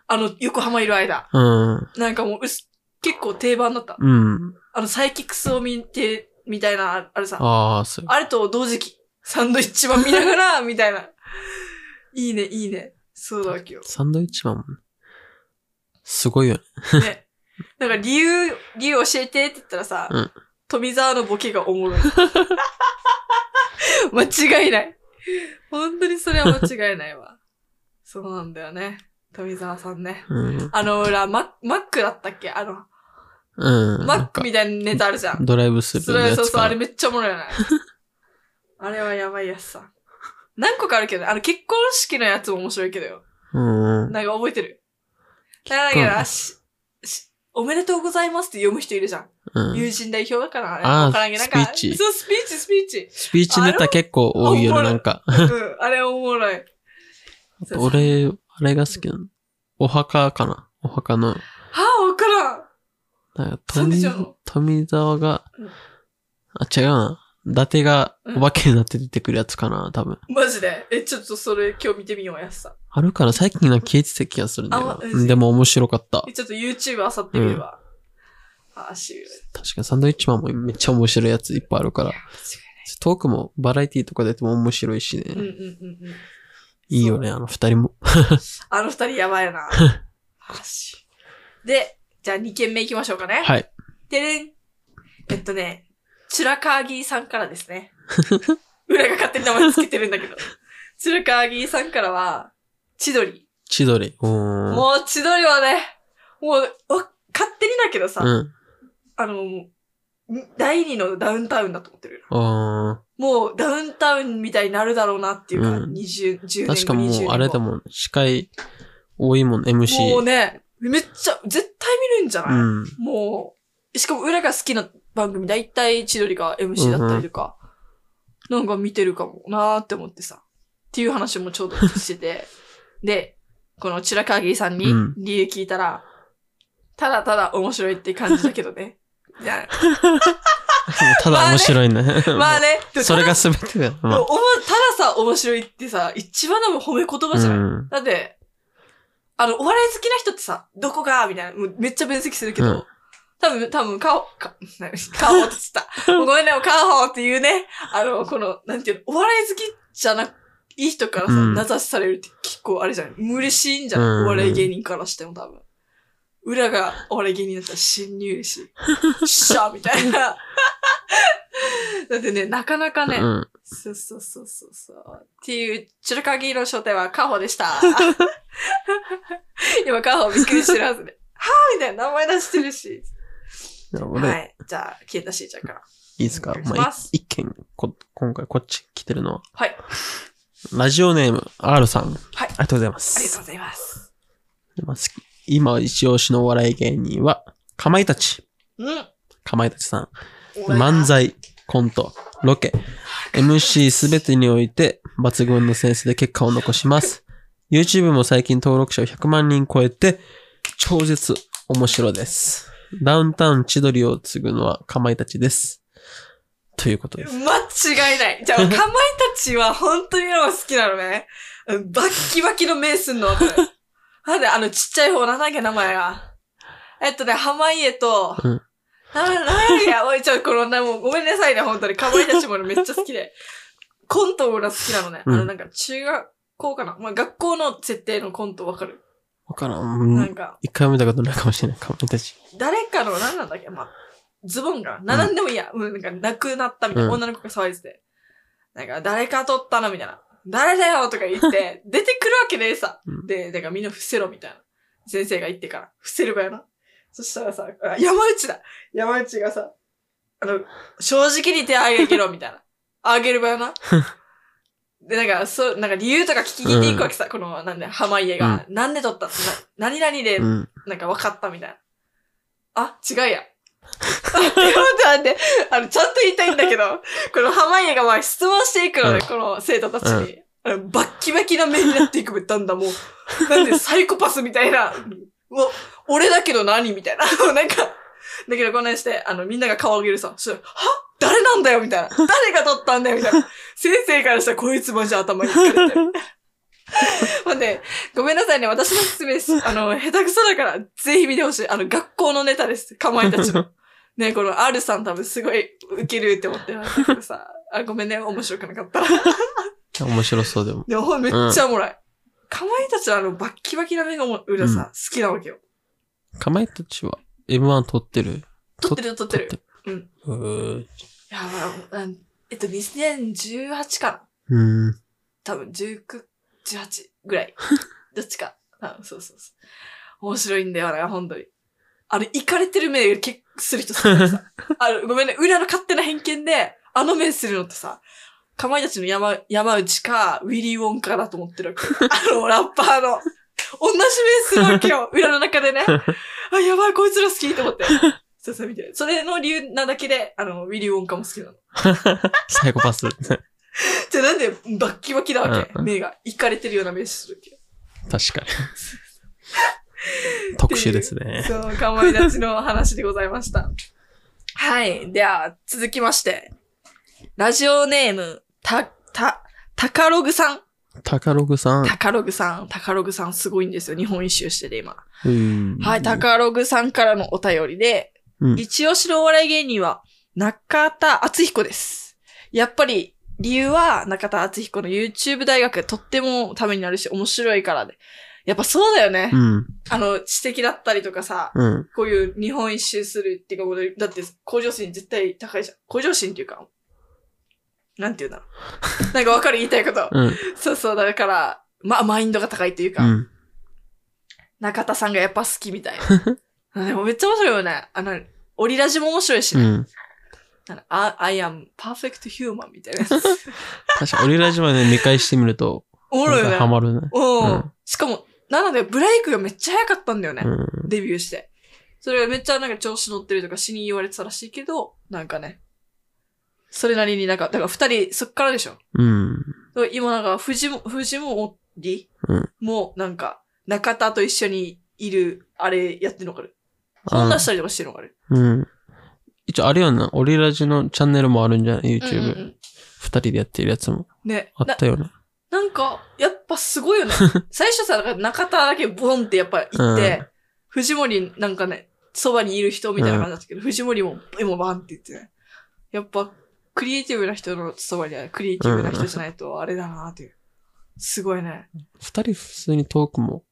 あの、横浜いる間。
うん。
なんかもううす、結構定番だった。
うん。
あの、サイキックスを見て、みたいな、あれさ。
ああ、そう。
あれと同時期。サンドイッチマン見な がら、みたいな。いいね、いいね。そうだ わけよ。
サンドイッチマンもねすごいよね。
ね。なんか理由、理由教えてって言ったらさ、
うん
富澤のボケがおもろい。 間違いない。本当にそれは間違いないわ。そうなんだよね。富澤さんね。
うん。
あの裏、ママックだったっけあの、
うん。な
マッ
んか
クみたいなネタあるじゃん。
ドライブす
そ
る
れ
や
そう
つ
そう、あ
か
れ
な。
めっちゃおもろ いよね。あれはやばいやつさ。何個かあるけどね、あの結婚式のやつも面白いけどよ。
うん。
なんか覚えてる。なんだけど、し、し、おめでとうございますって読む人いるじゃん。
うん
友人代表だから、あれ。
あー
わからんけどなんか
スピーチ
そう、スピーチ、スピーチ。
スピーチネタ結構多いよ
あ
ね、
れ
なんか。
うん、あれおもろい。そうそう
俺、あれが好きなの。お墓かなお墓の。
はあ、わからん。
なんか
サンド
富
イッチマンの
富澤が
うん、
あ、違うな。伊達が
うん
お化けになって出てくるやつかな、多分。
マジで。え、ちょっとそれ今日見てみよう、やすさん。
あるから最近なんか消えてた気がするんだ
あ
よ
マジ
な。でも面白かった。
えちょっと YouTube あさってみれば。ああ、しゅう。
確かにサンドイッチマンもめっちゃ面白いやついっぱいあるか
いや
ら。トークもバラエティとか出ても面白いしね。
間違いない。うんうんうんうん。
いいよね、あの二人も。
あの二人やばいよ な。あしゅうで、じゃあ二件目行きましょうかね。
はい。
てれん。えっとね、チュラカーギーさんからです ね。裏が勝手に名前つけてるんだけど。チュラカーギーさんからは、千鳥。
千鳥。うーん。
もう千鳥はね、もう、お勝手にだけどさ、
うん。
あの、もうん第二のダウンタウンだと思ってるよ。
あ
もうダウンタウンみたいになるだろうなっていうか、
うん
20、10年
ー
後
確かも
20年
う、
後
あれだもん。司会多いもん、MC。
もうね、めっちゃ、絶対見るんじゃ
う
ない、
ん。
もう、しかも裏が好きな番組、だいたい千鳥が MC だったりとか、なんか見てるかもなーって思ってさ、っていう話もちょうどしてて、で、このチュラカギさんに
うん
理由聞いたら、ただただ面白いって感じだけどね。いや
ただ面白い ね。
まあね、でも
それ
ただ
が全てだ。ま
でも
あ
おもたださ、面白いってさ、一番多分褒め言葉
う
じゃない、
ん。
だって、あの、お笑い好きな人ってさ、どこがみたいな、もうめっちゃ分析するけど、
うん
多分、多分、顔、か、 な顔って 言った。もうごめんね、顔っていうね、あの、この、なんていうの、お笑い好きじゃな、いい人からさ、
うん
名指しされるって結構あれじゃない嬉しいんじゃない、
うん
お笑い芸人からしても多分。裏がお笑い芸人だったら侵入し、 しゃーみたいな。 だってね、なかなかね、
うん。
そうそうそうそうそう。っていう、チュルカギの正体はカホでした。 今カホびっくりしてるはずで。はぁみたいな名前出してるし。
じゃあ俺、、
はいい。じゃあ、消えたしーちゃんから。
いですか
お願いし
まあ
ま、す
い一件こ、今回こっち来てるのは。
はい。
ラジオネーム、R さん。
はい
ありがとうございま
ありがと
す。
うございます。
まあ好き今、一押しのお笑い芸人は、かまいたち。
うん。
かまいたちさん。
俺が
漫。才、コント、ロケ、MC すべてにおいて抜群のセンスで結果を残します。YouTube も最近登録者を100万人超えて、超絶面白いです。ダウンタウン千鳥を継ぐのはかまいたちです。ということです。
間違いない。じ ゃあ、かまいたちは本当に俺も好きなのね。うんバッキバキの目すんの。これなんで、あのちっちゃい方、なんだっけ、名前が。えっとね、濱家と、
うん
な、なんや、おい、ちょ、この、な、もう、ごめんなさいね、本当に。かまいたちも俺めっちゃ好きで。 コント俺好きなのね。
うん
あの、なんか、中学校かな。まあ、学校の設定のコントわかる、
わから。
なんんか、
一回も見たことないかもしれない。かまいたち。
誰かの、なんなんだっけ、まあ、ズボンが、ななんでもいいや、うん、なんか、なくなったみたいな、
うん
女の子が騒いでて。なんか、誰か取ったのみたいな。誰だよとか 言って、出てくるわけねえさ。
うん
で、なんかみんな伏せろみたいな。先生が言ってから、伏せるばやな。そしたらさ、あ山内だ山内がさ、あの、正直に手あげろみた いな。あげるばやな。で、なんか、そう、なんか理由とか聞きていくわけさ、この、なんで、濱家が、なんで取ったな何々で
うん。
なんか分かったみたいな。あ、違うや。って思ったんで、あの、ちゃんと言いたいんだけど、この濱家がまあ質問していくので、
うん
この生徒たちに。あのバッキバキな目になっていく、だんだんもう。なんでサイコパスみたいな。うわ俺だけど何みたいな。 もうなんか、だけどこんなんして、あの、みんなが顔を上げるさ。そしたらは誰なんだよみたいな。誰が取ったんだよみたい な。先生からしたらこいつマジ頭にかれてる。ほんで、ごめんなさいね。私の説明 し、あの、下手くそだから、ぜひ見てほしい。あの、学校のネタです。かまいたちの。 ね、この R さん多分すごいウケるって思ってますけどさ。あ、ごめんね。面白くなか った。
面白そうでも。
でもほんめっちゃおもろい。かまいたちのあの、バッキバキな目がおも裏
うん
さ、好きなわけよ。
かまいたちは M1 撮ってる。
撮ってるよ撮ってる。
うー
やばいうん。えっと、2018かな。
うん。
多分19、18 ぐらい。どっちか。うん、そうそうそう。面白いんだよな、本当に。あの、いかれてる目結構する人好き だからさあの、ごめんね、裏の勝手な偏見で、あの目するのってさ、かまいたちの山、山内か、ウィリー・ウォンかだと思って るわけ。あの、ラッパーの。同じ目するわ けよ、裏の中でね。あ、やばい、こいつら好きと思って。そうそう、見てる。それの理由なだけで、あの、ウィリー・ウォンカも好きなの。
サイコパ ス。確
じゃあなんでバッキバキなわけ、
うんうん
目が。いかれてるような目するわけ。
かに。特殊ですね。
そう、かまいたちの話でございました。はい。では、続きまして。ラジオネーム、た、た、タカログさん。
タカログさん。
タカログさん。タカログさんすごいんですよ。日本一周してて今。
うん
はい。タカログさんからのお便りで、
うん
一押しのお笑い芸人は中田敦彦です。やっぱり理由は中田敦彦の YouTube 大学がとってもためになるし面白いからで。やっぱそうだよね。
うん。
あの、知的だったりとかさ、
うん。
こういう日本一周するっていうかこれ、だって向上心絶対高いじゃん。向上心っていうか、なんて言うんだろう。なんかわかる言いた いこと。
うん。
そうそう、だから、まあ、マインドが高いっていう
う
か、
ん。
中田さんがやっぱ好き みたいな。あでもめっちゃ面白いよね。あの、オリラジも面白いし
う
ね。
ん。
あのあ I am perfect human みたいなやつ。
確かに、オリラジはね、見返してみると、
おもろいよね。
ハマるね。
うん。
うん
しかも、なので、ブレイクがめっちゃ早かったんだよね。
うん。
デビューして。それがめっちゃなんか調子乗ってるとか死に言われてたらしいけど、なんかね。それなりになんか、だから二人、そっからでしょ。
うん。
だから今なんか、藤も、藤もり
うん
もうなんか、中田と一緒にいる、あれやってるのかる。
あ
本出したりとかしてるのかる。
うん。一応あれよな、オリラジのチャンネルもあるんじゃない ?YouTube。二、
うんうんうん
人でやってるやつも
ね。
あ
な
ったよね。
なんか、やっぱす ごいよね。最初さ、なんか中田だけボンってやっぱ行って、
う
藤森なんかね、そばにいる人みたいな感じだったけど、藤森も、もバンって言ってね。やっぱ、クリエイティブな人のそばには、クリエイティブな人じゃないと、あれだなっていう。すごいね。
二人普通にトークも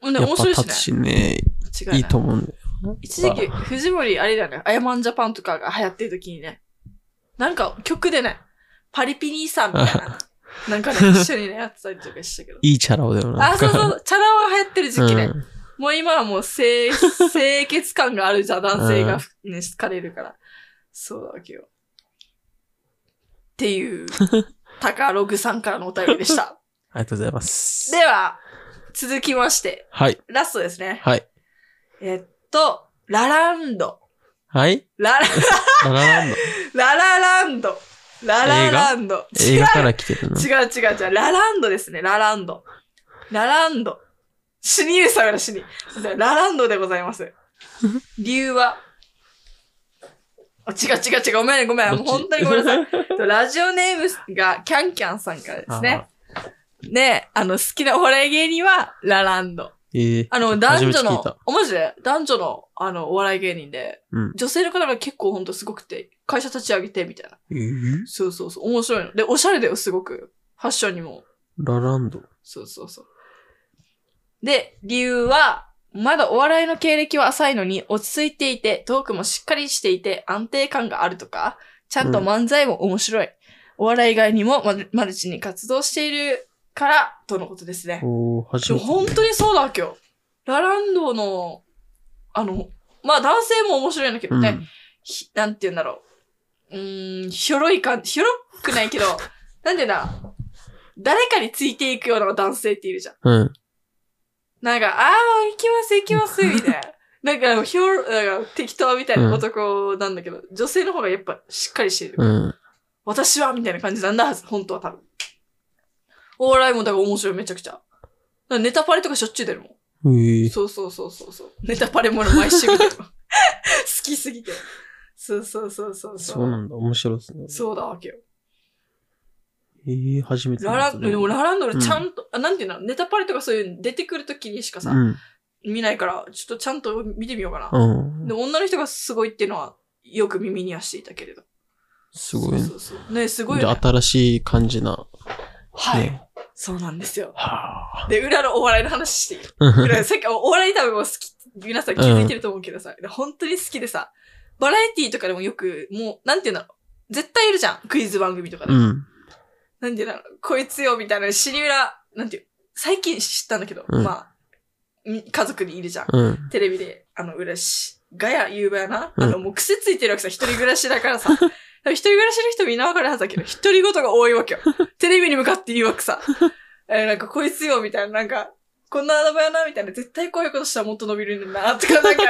うんね
やっ
面
ぱ
白いし
立
ね
つ。しね、
違いない
いいと思うんだよ。
一時期、藤森、あれだよね、アヤマンジャパンとかが流行ってる時にね、なんか曲でね、パリピ兄さんみたい な、なんかね、一緒にね、やってたりとかしたけど。
いいチャラ男だよな。
あ、そうそう、チャラ男が流行ってる時期ね。
うん
もう今はもう清清潔感があるじゃん、男性が、ね、好かれるから。そうだけど。っ ていう、高ログさんからのお便りでした。
ありがとうございます。
では、続きまして、
はい。
ラストですね。
はい。
えっと、ラランド。
はい。
ララ、
ララランド。
ララランド。ララランド。
映
違う
画から来てるな。
違う違う違う。ラランドですね。ラランド。ラランド。死にゆさがら死に。ラランドでござい ます。理由は、あ違う違う違う。ごめんねごめん。もう本当にごめ んなさい。
い。
ラジオネームがキャンキャンさんからですね
あ。
ねあの、好きなお笑い芸人は、ラランド。
ええ。
あの、男
初
女
めて聞い
の
た、
おマジで男女の、あの、お笑い芸人で、
うん
女性の方が結構ほんとすごくて、会社立ち上げて、みたいな。
えー
そうそうそう。面白いの。で、おしゃれだよ、すごく。ファッションにも
ラランド。
そうそうそう。で、理由は、まだお笑いの経歴は浅いのに落ち着いていて、トークもしっかりしていて安定感があるとか、ちゃんと漫才も面白い。お笑い以外にもマルマルチに活動しているから、とのことですね。
おー、初
でも
めて。
本当にそうだ、今日。ラランドの、あの、まあ男性も面白いんだけどね、
うん
ひなんて言うんだろう。うーん、ひょろいか、ひょろくな いけど、なんて言うんだろう。誰かについていくような男性っているじゃん。
うん。
なんか、ああ、行きます、行き ます、みたいな。なんか、ひょろ、なんか適当みたいな男なんだけど、女性の方がやっぱしっかりしてる。
うん。
私はみたいな感じなんだはず、本当は多分。お笑いもだから面白い、めちゃくちゃ。だからネタパレとかしょっちゅう出るもん。
ええ。
そうそうそうそうそう。ネタパレもの毎週見て る。好きすぎて。そうそうそうそうそう。
そうなんだ。面白いですね。
そうだわけよ。
ええ、初めて。
ララ、でもラランド
う
ル
ん
ちゃんと、あなんていうの、ネタパレとかそういう出てくるときにしかさ、
うん。
見ないから、ちょっとちゃんと見てみようかな。
うん
で、。女の人がすごいっていうのは、よく耳にはしていたけれど。
すごいね
そうそうそうね、すごい
じ
よ
ゃあ
ね。
新しい感じな。
はい。
ね
そうなんですよ。
はあ。
で、裏のお笑いの話していい 裏さっきお笑い食べも好き、皆さん気づいてると思うけどさ、本当に好きでさ、バラエティとかでもよく、もう、なんていうんだろう。絶対いるじゃん。クイズ番組とかで。
うん。
なんていうんだろう。こいつよ、みたいな、死に裏、なんていう、最近知ったんだけど、
うん
まあ、ん家族にいるじゃん。
うん。
テレビで、あの、裏し、ガヤ言うばやな。
うん
あの、もう癖ついてるわけさ、一人暮らしだからさ。だから一人暮らしの人みんなわかるはずだけど、一人ごとが多いわ けよ。テレビに向かって言うわけさ。えーなんかこいつよ、みたいな、なんか、こんな穴場やな、みたいな、絶対こういうことしたらもっと伸びるんだな、とか、な んか、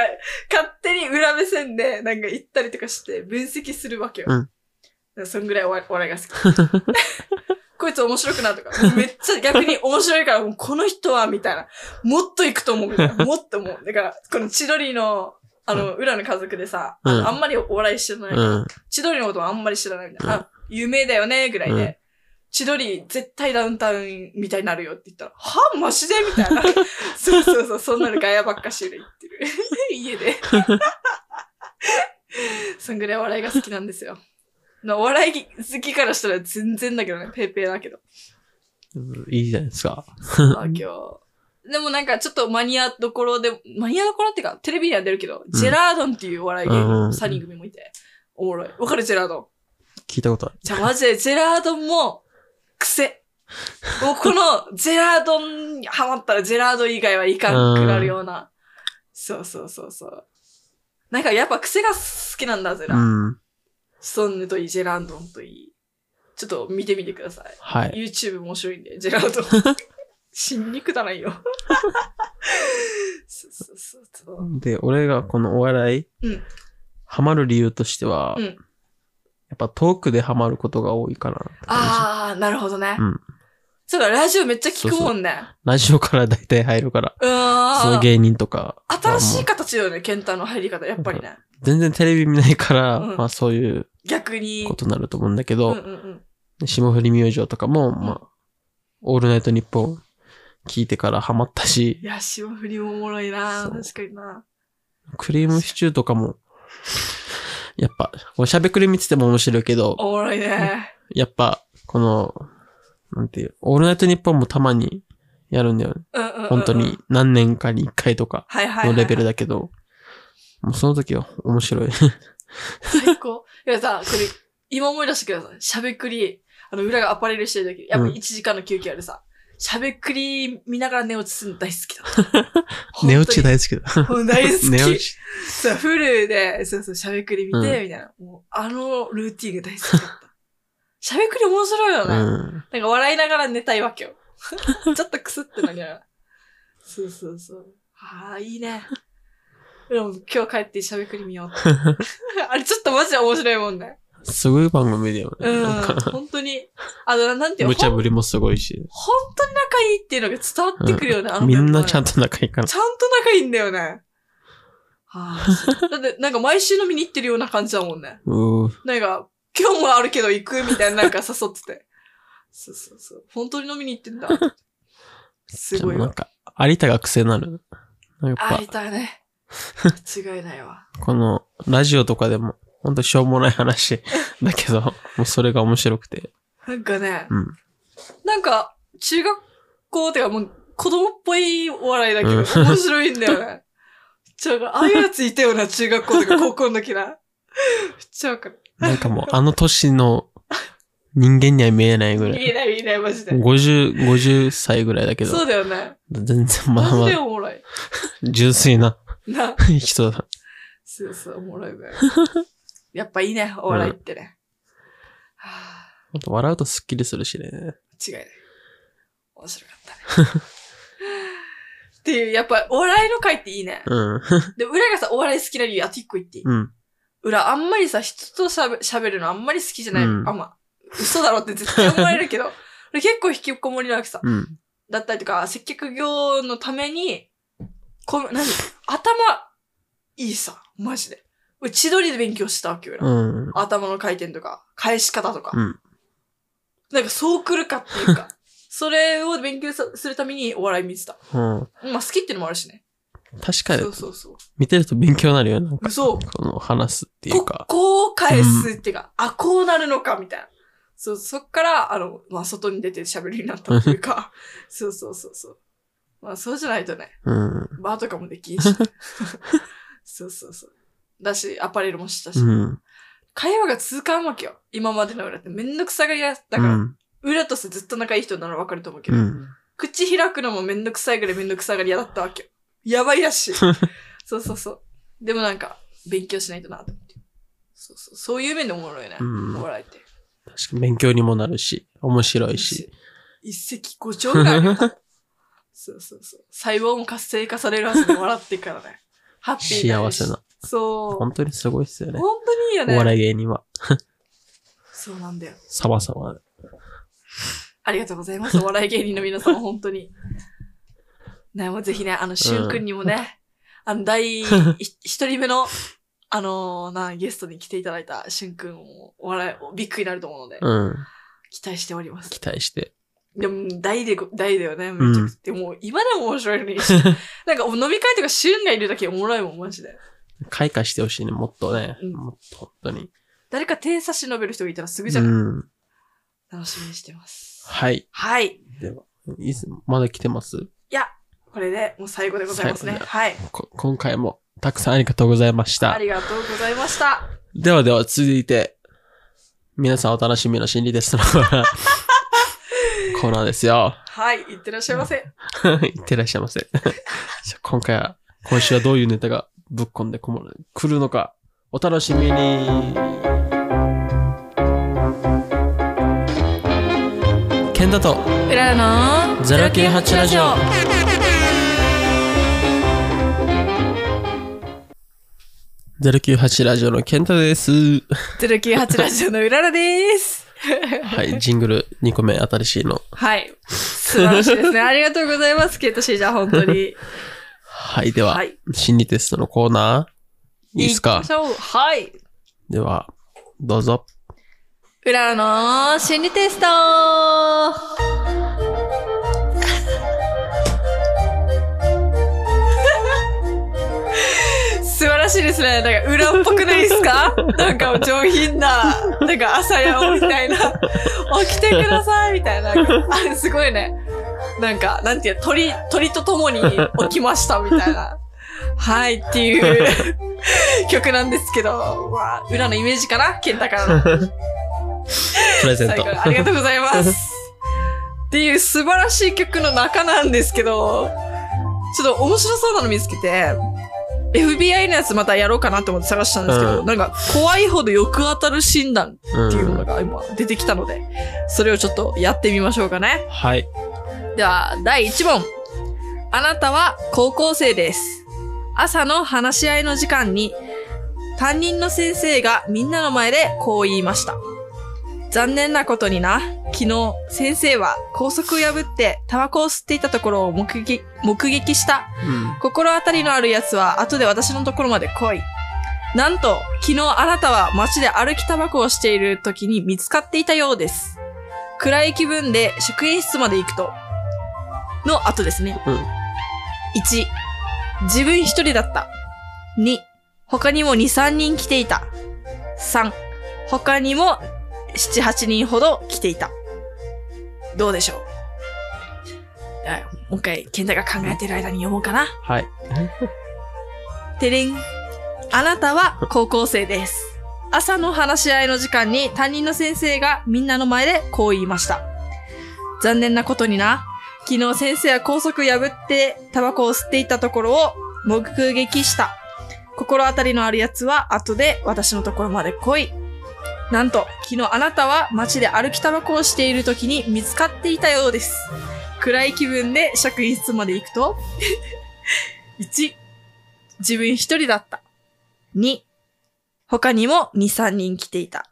勝手に裏目線で、なんか言ったりとかして、分析するわけよ。
うん
だからそんぐらいお笑いが好き。 こいつ面白くなとか、めっちゃ逆に面白いから、もうこの人は、みたいな。もっと行くと思うみ たいな。もっともう。だから、この千鳥の、あの、裏の家族でさ、あの
うん
あんまりお笑い知らない、
うん。
千鳥のことはあんまり知らないみたいな。
うん
あ、有名だよね、ぐらいで。
うん
千鳥、絶対ダウンタウンみたいになるよって言ったら、はマジでみたいな。 そうそうそう、そんなのガヤばっかしで言ってる。 家で。そんぐらいお笑いが好きなんですよ。まあお笑い好きからしたら全然だけどね、ペーペーだけど。
うんいいじゃないですか。
まあ今日、でもなんかちょっとマニアどころで、マニアどころっていうか、テレビには出るけど、ジェラードンっていうお笑い芸
うん
人、サニー組もいて、おもろい。わかるジェラードン。
聞いたことある。
じゃあマジでジェラードンも、癖。もうこのジェラードンにハマったらジェラードン以外はいかんくなるような。そうそうそうそう。なんかやっぱ癖が好きなんだ、ゼラ。
うん。
ソンヌといい、ジェラードンといい。ちょっと見てみてください。
はい。
YouTube 面白いんで、ジェラー ドン。死にくだないよ。そうそうそうそう。
で、俺がこのお笑い、
うん
ハマる理由としては、
うん
やっぱトークでハマることが多いかなって感じ。
あー、なるほどね。
うん
そうだ、ラジオめっちゃ聞くもんね。
ラジオから大体入るから、
う
そ
ー
の
ん。
芸人とか。
新し
まあ
い形だよね、ケンタの入り方、やっぱりね。
全然テレビ見ないから、
うん
まあそういう
逆に
こ。とになると思うんだけ
う
ど、
んうんうん。
霜降り明星とかも、まあ、オールナイトニッポン聞いてからハマったし
い、や、霜降りもおもろいな
そう
確かにな
クリームシチューとかも、やっぱ、このしゃべくり見てても面白いけど、
おもろいね。
やっぱ、この、なんていう、オールナイトニッポンもたまにやるんだよね。
うんうんうん。
本当に。何年かに一回とか
はいはいはい。
のレベルだけど、もうその時は面白い。
最高。いやさ、これ、今思い出してください。しゃべくり、あの、裏がアパレルしてる時、やっぱ
うん。
1時間の休憩あるさ、しゃべくり見ながら寝落ちするの大好きだ
寝落ち
大
大好きだ。
好き。大
寝
好
落
き。
ち。
そう、フルで、そうそう、しゃべくり見て、
うん
みたいな。もう、あのルーティンが大好き だった。しゃべくり面白いよ
う
ね。
ん。
なんか笑いながら寝たいわ けよ。ちょっとくすってなりながら。そうそうそう。ああ、いいね。でも今日帰ってしゃべくり見よ うって。あれちょっとマジで面白いもんね。
すごい番組だよね。
うん
なんか。
本当に。あの、なんていうの
無茶ぶ
ほん
りもすごいし。
本当に仲いいっていうのが伝わってくるよね。あの
みんなちゃん
と。
と仲いいから。
ちゃんと仲いいんだよね。はあ、そうだってなんか毎週飲みに行ってるような感じだもんね。
うー
なんか、今日もあるけど行くみたいななんか誘ってて。そうそうそう。本当に飲みに行ってんだ。す
じゃあ
ごい
な
わ
ん。か、有田が癖になる。やっ
あ
ぱ
い、たね。違いないわ。
この、ラジオとかでも、ほんとしょうもない話 だけど、もうそれが面白くて。
なんかね、
うん。
なんか、中学校ってかもう子供っぽいお笑いだけど、
うん
面白いんだよね。ちゃあああいうやついたよな、中学校とか高校の時な。めっちゃわかる。
なん かもう、あの年の人間には見えないぐら
見え
い。
ない見えない、マジで。
50、50歳ぐらいだけど
そ、うだよね。
全然まあ
マ
ま
ジで
あ、
おもろい。
純粋な
な、
人だ。
そうそう、おもろい ね。やっぱいいね、お笑いってね。はあ
ほんと笑うとスッキリするしね。
違いない。面白かったね。 っていう、やっぱ、お笑いの回っていいね。
うん。
で、裏がさ、お笑い好きな理由、あと一個言っていい。
うん。
裏、あんまりさ、人としゃべ喋るのあんまり好きじゃない。
うん
あんま、嘘だろって絶対思われるけど、 俺結構引きこもりなわけさ、
うん。
だったりとか、接客業のために、こ何頭、いいさ、マジで。俺、千鳥で勉強してたわけよ、裏
うん。
頭の回転とか、返し方とか。
うん
なんかそう来るかっていうか、 それを勉強さするためにお笑い見てた。
うん。
まあ好きっていうのもあるしね。
確か
そ
に
う、そうそう。
見てると勉強になるよ。なんか、
嘘。
この話すっていう
こ
か。
こう返すっていうか、あ、こうなるのかみたいな。そう、そっから、あの、まあ外に出て喋るようになったってい うか、そうそうそうそう。まあそうじゃないとね、
うん。
バーとかもで きんし、そうそうそう。だし、アパレルもしたし、
うん。
会話が続かんわけよ。今までの裏ってめんどくさがり屋だ
う
から、
ん。
裏とさずっと仲いい人ならわかると思うけ
う
ど、
ん。
口開くのもめんどくさいぐらいめんどくさがり嫌だったわ けよ。やばいらしい。 そうそうそう。でもなんか、勉強しないとなと思って。そうそう。そういう面でおもろいよね。
うん
お笑いって。
確かに勉強にもなるし、面白いし。
一石五鳥があ るよなそうそうそう。細胞も活性化されるはずで笑ってからね。ハッピーにる
幸
し
せな。
そう。
本当にすごいっすよね。
本当にいいよ
お
ね。
笑い芸人は、
そうなんだよ。
様々で。
ありがとうござい ます。お笑い芸人の皆様、本当に。ね、もうぜひね、あの、しゅんくんにもね、あの、第一人目の、あのーな、ゲストに来ていただいたしゅんくんも、お笑い、ビッグになると思うので、
うん。
期待しております。
期待して。
でも、大でご、大だよね、めちゃくちゃ。でも、今でも面白いの に、なんか、飲み会とかしゅんがいるだけおもろいもん、マジで。
開花してほしいね、もっとね。
うん
もっと、本当に。
誰か手差し伸べる人がいたらすぐじ
う
ゃん、
ん。
楽しみにしてます。
はい。
はい。
では、いつ、まだ来てます
いや、これでもう最後でございます
最後
ね。
で
はい。
こ今回もたくさんありがとうございまし
あ
た。
りがとうございました。
ではでは続いて、皆さんお楽しみの心理テストの コーナー。コーナーですよ。
はい。いってらっしゃいませ。
いってらっしゃいませ。 じゃあ今回は、今週はどういうネタがぶっこんでこもる来るのか、お楽しみに。ケンタと、
うららの
098ラジオ098ラジオのケンタです。
098ラジオのうららです。
はい、ジングル2個目新しいの。
はい。素晴らしいですね。ありがとうございます。ケイトシーじゃ本当 に。
はい、では、
はい
心理テストのコーナー、いいです
行
か
きましょうはい。
では、どうぞ。
うららの心理テスト は素晴らしいですね。なんか、裏っぽくないですかなんか、上品な、なんか、朝やおみたいな、起きてくださいみたいな、あれすごいね。なんか、なんていう、鳥、鳥と共に起きましたみたいな。はい、っていう曲なんですけど、まあ、裏のイメージかな健太からの。
プレゼン
最
ト
後。にありがとうござ います。っていう素晴らしい曲の中なんですけど、ちょっと面白そうなの見つけて、FBI のやつまたやろうかなと思って探したんですけど、
うん
なんか怖いほどよく当たる診断っていうもの
ん、
が今出てきたので、それをちょっとやってみましょうかね。
はい。
では、第1問。あなたは高校生です。朝の話し合いの時間に、担任の先生がみんなの前でこう言いました。残念なことにな、昨日先生は校則を破ってタバコを吸っていたところを目撃目撃した
うん
心当たりのある奴は後で私のところまで来い。なんと、昨日あなたは街で歩きタバコをしている時に見つかっていたようです。暗い気分で職員室まで行くと。の後ですね。
うん
1、自分一人だった。2、他にも2、3人来ていた。3、他にも7、8人ほど来ていた。どうでしょうあもう一回、健太が考えてる間に読もうかな。
はい。
てれん。あなたは高校生です。朝の話し合いの時間に担任の先生がみんなの前でこう言いました。残念なことにな、昨日先生は校則破ってタバコを吸っていたところを目撃した。心当たりのある奴は後で私のところまで来い。なんと、昨日あなたは街で歩きタバコをしている時に見つかっていたようです。暗い気分で職員室まで行くと、1、自分一人だった。2、他にも2、3人来ていた。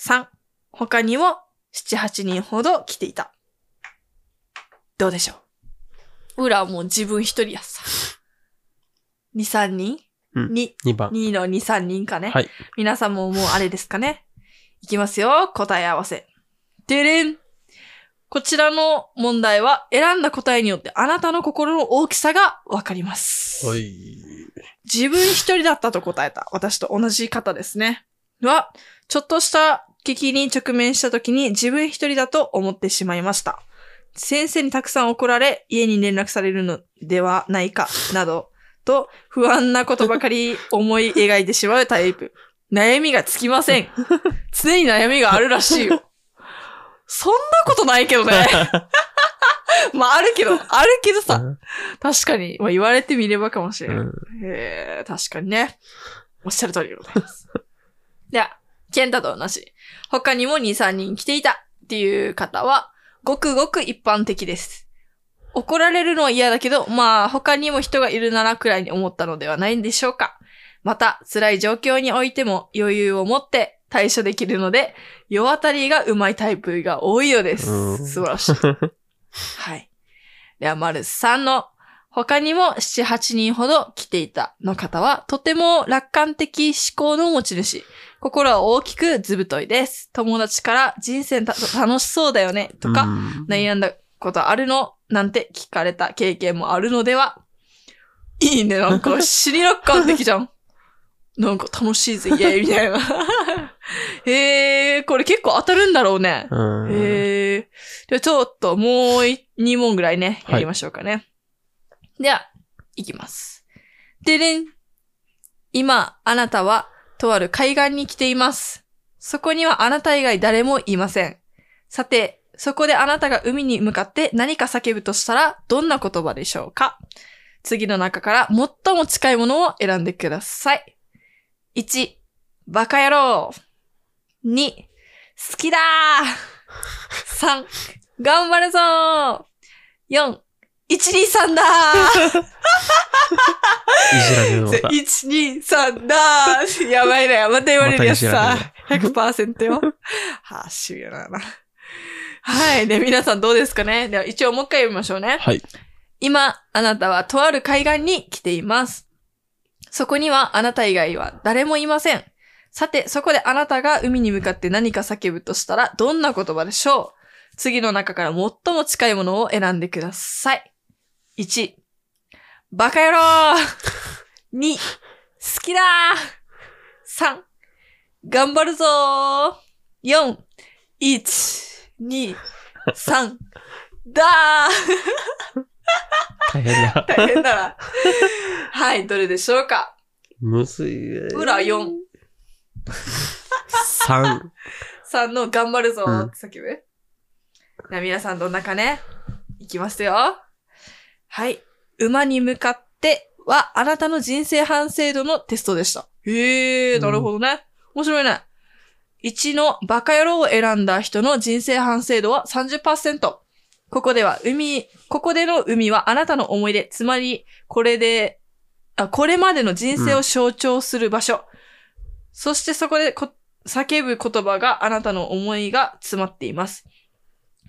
3、他にも7、8人ほど来ていた。どうでしょう裏はもう自分一人やさ。2、3人、
う
二
ん2番。
2の2、3人かね。
はい。
皆さんももうあれですかね。いきますよ。答え合わせ。でれん。こちらの問題は選んだ答えによってあなたの心の大きさがわかります。
はい。
自分一人だったと答えた。私と同じ方ですね。は、ちょっとした危機に直面した時に自分一人だと思ってしまいました。先生にたくさん怒られ、家に連絡されるのではないか、など、と不安なことばかり思い描いてしまうタイプ。悩みがつきません。常に悩みがあるらしいよ。そんなことないけどね。まあ、あるけど、あるけどさ、確かに、まあ、言われてみればかもしれ
う
ない。
ん
へえ、確かにね。おっしゃる通りでございます。 では、ケンタと同じ。他にも2、3人来ていたっていう方は、ごくごく一般的です。怒られるのは嫌だけど、まあ他にも人がいるならくらいに思ったのではないんでしょうか。また、辛い状況においても余裕を持って対処できるので、世当たりがうまいタイプが多いようです。
うん
素晴 らしい。はい。では、丸3の、他にも7、8人ほど来ていたの方は、とても楽観的思考の持ち主。心は大きくずぶといです。友達から人生た楽しそうだよね、とか、
うん
悩んだことあるのなんて聞かれた経験もあるのでは。いいね、なんか、死に楽観的じゃん。 なんか楽しいぜ、イェイ、みたいな。 へえ、これ結構当たるんだろうね。
うん
へえ。じゃあちょっともうい2問ぐらいね、
はい
やりましょうかね。では、いきます。でれん。今、あなたは、とある海岸に来ています。そこにはあなた以外誰もいません。さて、そこであなたが海に向かって何か叫ぶとしたら、どんな言葉でしょうか次の中から最も近いものを選んでください。1、バカ野郎。2、好きだー !3、頑張るぞー !4、一二三だ
いじられるのまた
ー。一二三だーやばいね。また言われるやつさ。100%よ。はあ、シビアだな。はい。で、皆さんどうですかねでは一応もう一回読みましょうね。
はい。
今、あなたはとある海岸に来ています。そこにはあなた以外は誰もいません。さて、そこであなたが海に向かって何か叫ぶとしたら、どんな言葉でしょう次の中から最も近いものを選んでください。1、バカ野郎 !2、好きだ !3、頑張るぞ !4、1、2、3、だー
大変だ。
大変だ な。はい、どれでしょうか
むずい。
裏4。
3。
さんの頑張るぞ
うん
って叫ぶ。な、皆さんどんなかねいきますよ。はい。馬に向かっては、あなたの人生反省度のテストでした。へえ、
うん
なるほどね。面白いね。1のバカ野郎を選んだ人の人生反省度は30%。ここでは海、ここでの海はあなたの思い出、つまり、これで、あ、これまでの人生を象徴する場所。そしてそこでこ叫ぶ言葉があなたの思いが詰まっています。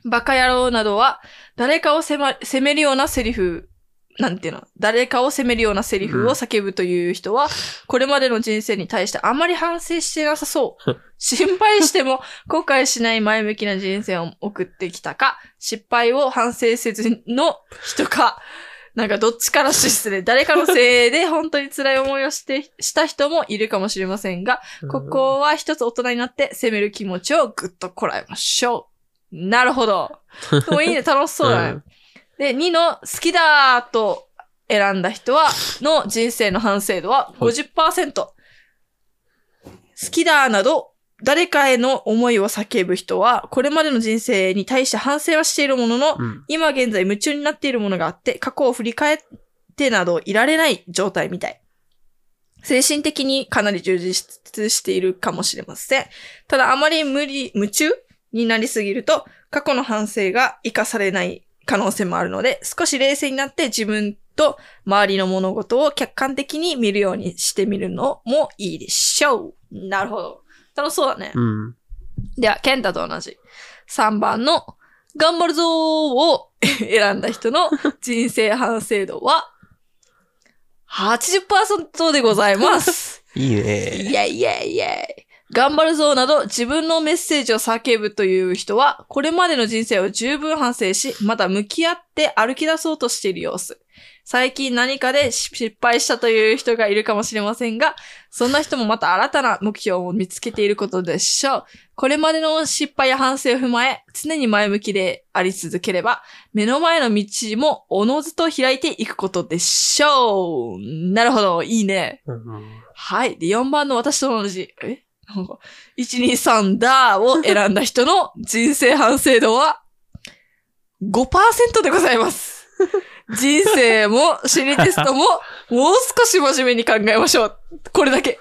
バカ野郎などは、誰かを責、ま、責めるようなセリフ、なんていうの、誰かを責めるようなセリフを叫ぶという人は、これまでの人生に対してあんまり反省してなさそう。心配しても後悔しない前向きな人生を送ってきたか、失敗を反省せずの人か、なんかどっちから失礼、誰かのせいで本当に辛い思いをして、した人もいるかもしれませんが、ここは一つ大人になって攻める気持ちをぐっとこらえましょう。なるほど。でもいいね、楽しそうだね。
うん
で、2の好きだーと選んだ人は、の人生の反省度は50%。好きだーなど、誰かへの思いを叫ぶ人は、これまでの人生に対して反省はしているものの、
うん。
今現在夢中になっているものがあって、過去を振り返ってなどいられない状態みたい。精神的にかなり充実しているかもしれません。ただあまり無理、夢中になりすぎると、過去の反省が活かされない可能性もあるので、少し冷静になって自分と周りの物事を客観的に見るようにしてみるのもいいでしょう。なるほど。楽しそうだね。
うん。
では、ケンタと同じ。3番の、頑張るぞーを 選んだ人の人生反省度は、80%でございます。
いい
イ
ね。
ェイイェイイェイ。頑張るぞーなど自分のメッセージを叫ぶという人は、これまでの人生を十分反省し、まだ向き合って歩き出そうとしている様子。最近何かで失敗したという人がいるかもしれませんが、そんな人もまた新たな目標を見つけていることでしょう。これまでの失敗や反省を踏まえ、常に前向きであり続ければ、目の前の道もおのずと開いていくことでしょう。なるほど。いいね。
うん
はい。で、4番の私と同じ、えなんか、123だーを選んだ人の人生反省度は5%でございます。人生も心理テストももう少し真面目に考えましょう。これだけ。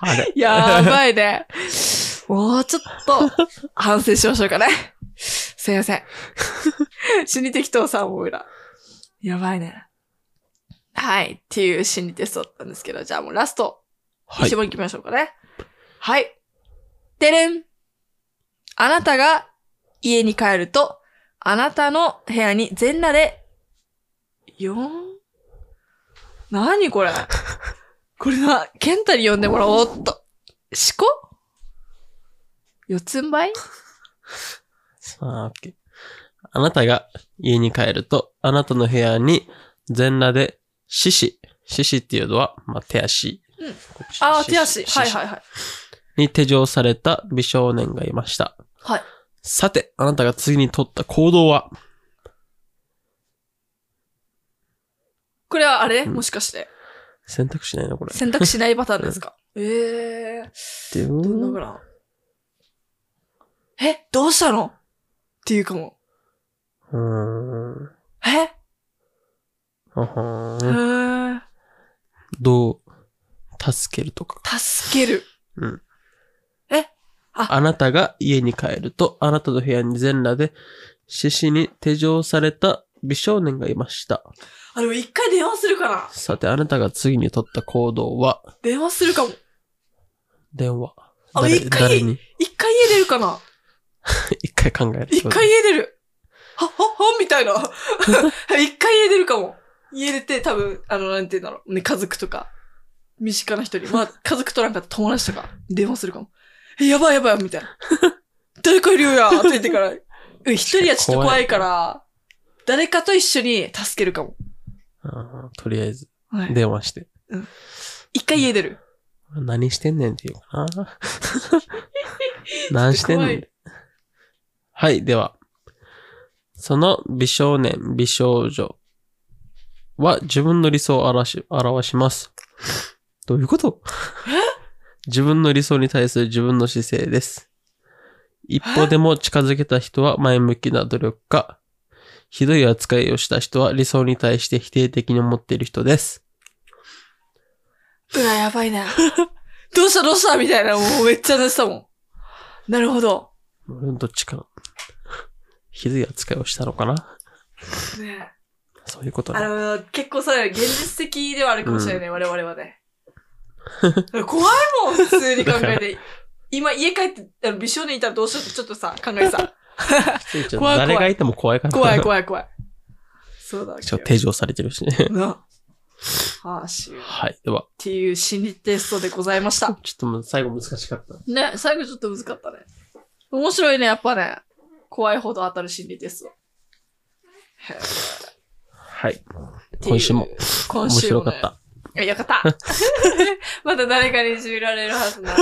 あれ。
やばいね。もうちょっと反省しましょうかね。すいません。心理的倒産も裏。やばいね。はい。っていう心理テストだったんですけど、じゃあもうラスト。
はい
一。問行きましょうかね。はい。てれん。あなたが家に帰ると、あなたの部屋に全裸で、よん何これこれな、ケンタに呼んでもらおうっと。しこ四つん這い
さあ、オッケー。あなたが家に帰ると、あなたの部屋に全裸で獅子。獅子っていうのは、まあ、手足。
うん
こっち
ああ、
獅
手
子
足。はい
獅子
はいはい。
に手錠された美少年がいました。
はい。
さて、あなたが次に取った行動は
これはあれ
うん
もしかして。
選択肢ないな、これ。
選択しないパターンですかええー。
でも
どんなぐらいえ、どうしたのっていうかも。
うーん。
えへ
ははーん
ー
どう、助けるとか。
助ける。
うん。
え
あなたが家に帰ると、あなたの部屋に全裸で、獅子に手錠された美少年がいました。
あ、でも一回電話するかな
さて、あなたが次に取った行動は、
電話するかも。
電話。
あ
誰
一回
誰に
一回家出るかな
一回考える。
一回家出る。は、は、はみたいな。 一回家出るかも。家出て多分、あの、なんて言うんだろう。ね、家族とか。身近な人に。 まあ、家族となんかった友達とか。電話するかも。え、やばいやばい、みたいな。誰かいるよやって言って から。うん一人はちょっと怖いから、誰かと一緒に助けるかも。
あーとりあえず、
はい
電話して。
一回家出る。
何してんねんっていうかな。 何してんねん。はい、では。その美少年、美少女は自分の理想を表し表します。どういうこと自分の理想に対する自分の姿勢です。一歩でも近づけた人は前向きな努力家。ひどい扱いをした人は理想に対して否定的に思っている人です。
うわ、やばいな。 どうしたどうしたみたいな、もうめっちゃ話したもん。なるほど。
俺のどっちか な。ひどい扱いをしたのかな
ね
そういうこと
あ
ね。
の、結構それ、現実的ではあるかもしれない、我々は ね。怖いもん、普通に考えて。 今、家帰って、あの美少年いたらどうしようってちょっとさ、考えてさ。
ちょっと
怖い怖い
誰がいても怖いから。
怖い怖い怖い。そうだっけ
ちょっと手錠されてるしね。
な。はあ、しゅっ
はい。では、
ていう心理テストでございました。
ちょっともう最後難しかった。
ね、最後ちょっと難かったね。面白いね、やっぱね。怖いほど当たる心理テスト。へえ
はい。
っていう
今週も。
今
面
週も
白
ね
かった。
いや、よかった まだ誰かにいじめられるはずな。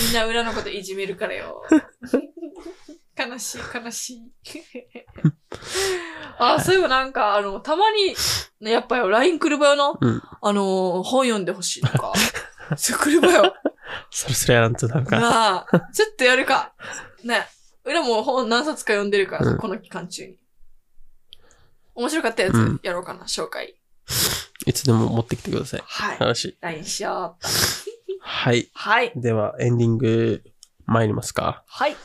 みんな裏のこといじめるからよ。悲しい、悲しい。あ、そういえばなんか、あの、たまに、ね、やっぱよ、LINE 来る場よの、
うん
あのー、本読んでほしい とか。そう来る場よ。
それそれやらんとなんか、
なあ、ちょっとやるか。ね、裏も本何冊か読んでるから、
うん
この期間中に。面白かったや
うん
つやろうかな、紹介。
いつでも持ってきてください。
はい。
話。
LINE しよう。
はい。
はい。
では、エンディング、参りますか。
はい。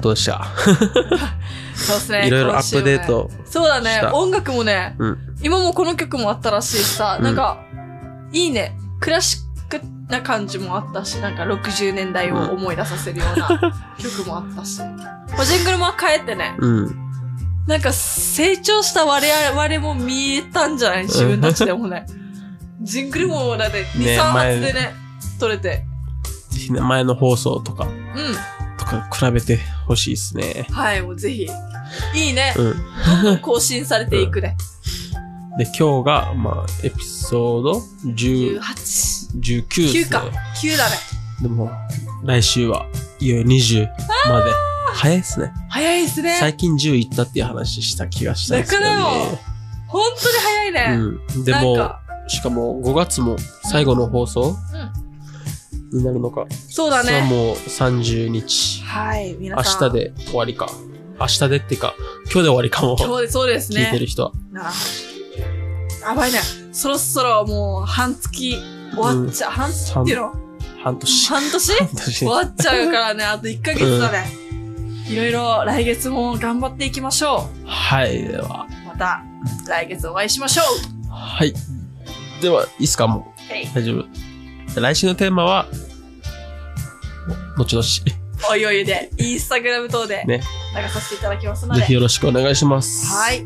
どうでした
そうですね。
いろいろア
今週
ッ
も
プ
ね
デー。ト。
そうだね
し。た
音楽もね、
うん
今もこの曲もあったらしいしさ、
うん
なんか、いいね。クラシックな感じもあったし、なんか60年代を思い出させるような曲もあったし。まあ、ジングルも変えてね、
うん。
なんか成長した我々も見えたんじゃない自分たちでもね。ジングルもだって2、
ね
3
前
発でね、撮れて。
前の放送とか、
う
とか比べてほしいですね。
ん。はい、もうぜひ。いいね。
うん。
どんどん更新されていくね。
で、今日が、まあ、エピソード10
18。
19で
9
す
か
ね。。
9だね。
でも、来週はいよいよ20まで。早いっすね。
早いですね。
最近10いったっていう話した気がしたんですけど
だから
ね。
本当に早いね。
うん。で
なん
も
か、
しかも5月も最後の放送、になるのか。
そうだ
それは
ね。
もう30日。
はい、皆
明
さん。
日。で終わりか。明日でっていうか、今日で終わりかも。
今日でそうです
聞いて
ね。
る人は。
なあやばいね。そろそろもう半月終わっちゃう。半月っていうの
半年。
半年
半
終
年。
わっちゃうからね。あと1ヶ月だね。いろいろ来月も頑張っていきましょ
はい。では。
う。また来月お会いしましょう。
はい。では、いいっすかも。
はいう
大丈夫。で来週のテーマは、後々。
おいおいで、インスタグラム等で流
ね
させていただきますの
ぜ
で。
ひよろしくお願いします。
はい。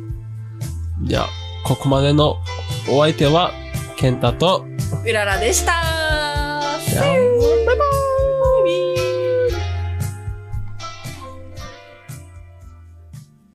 じゃあ、ここまでのお相手は、健太と、
うららでした。See you!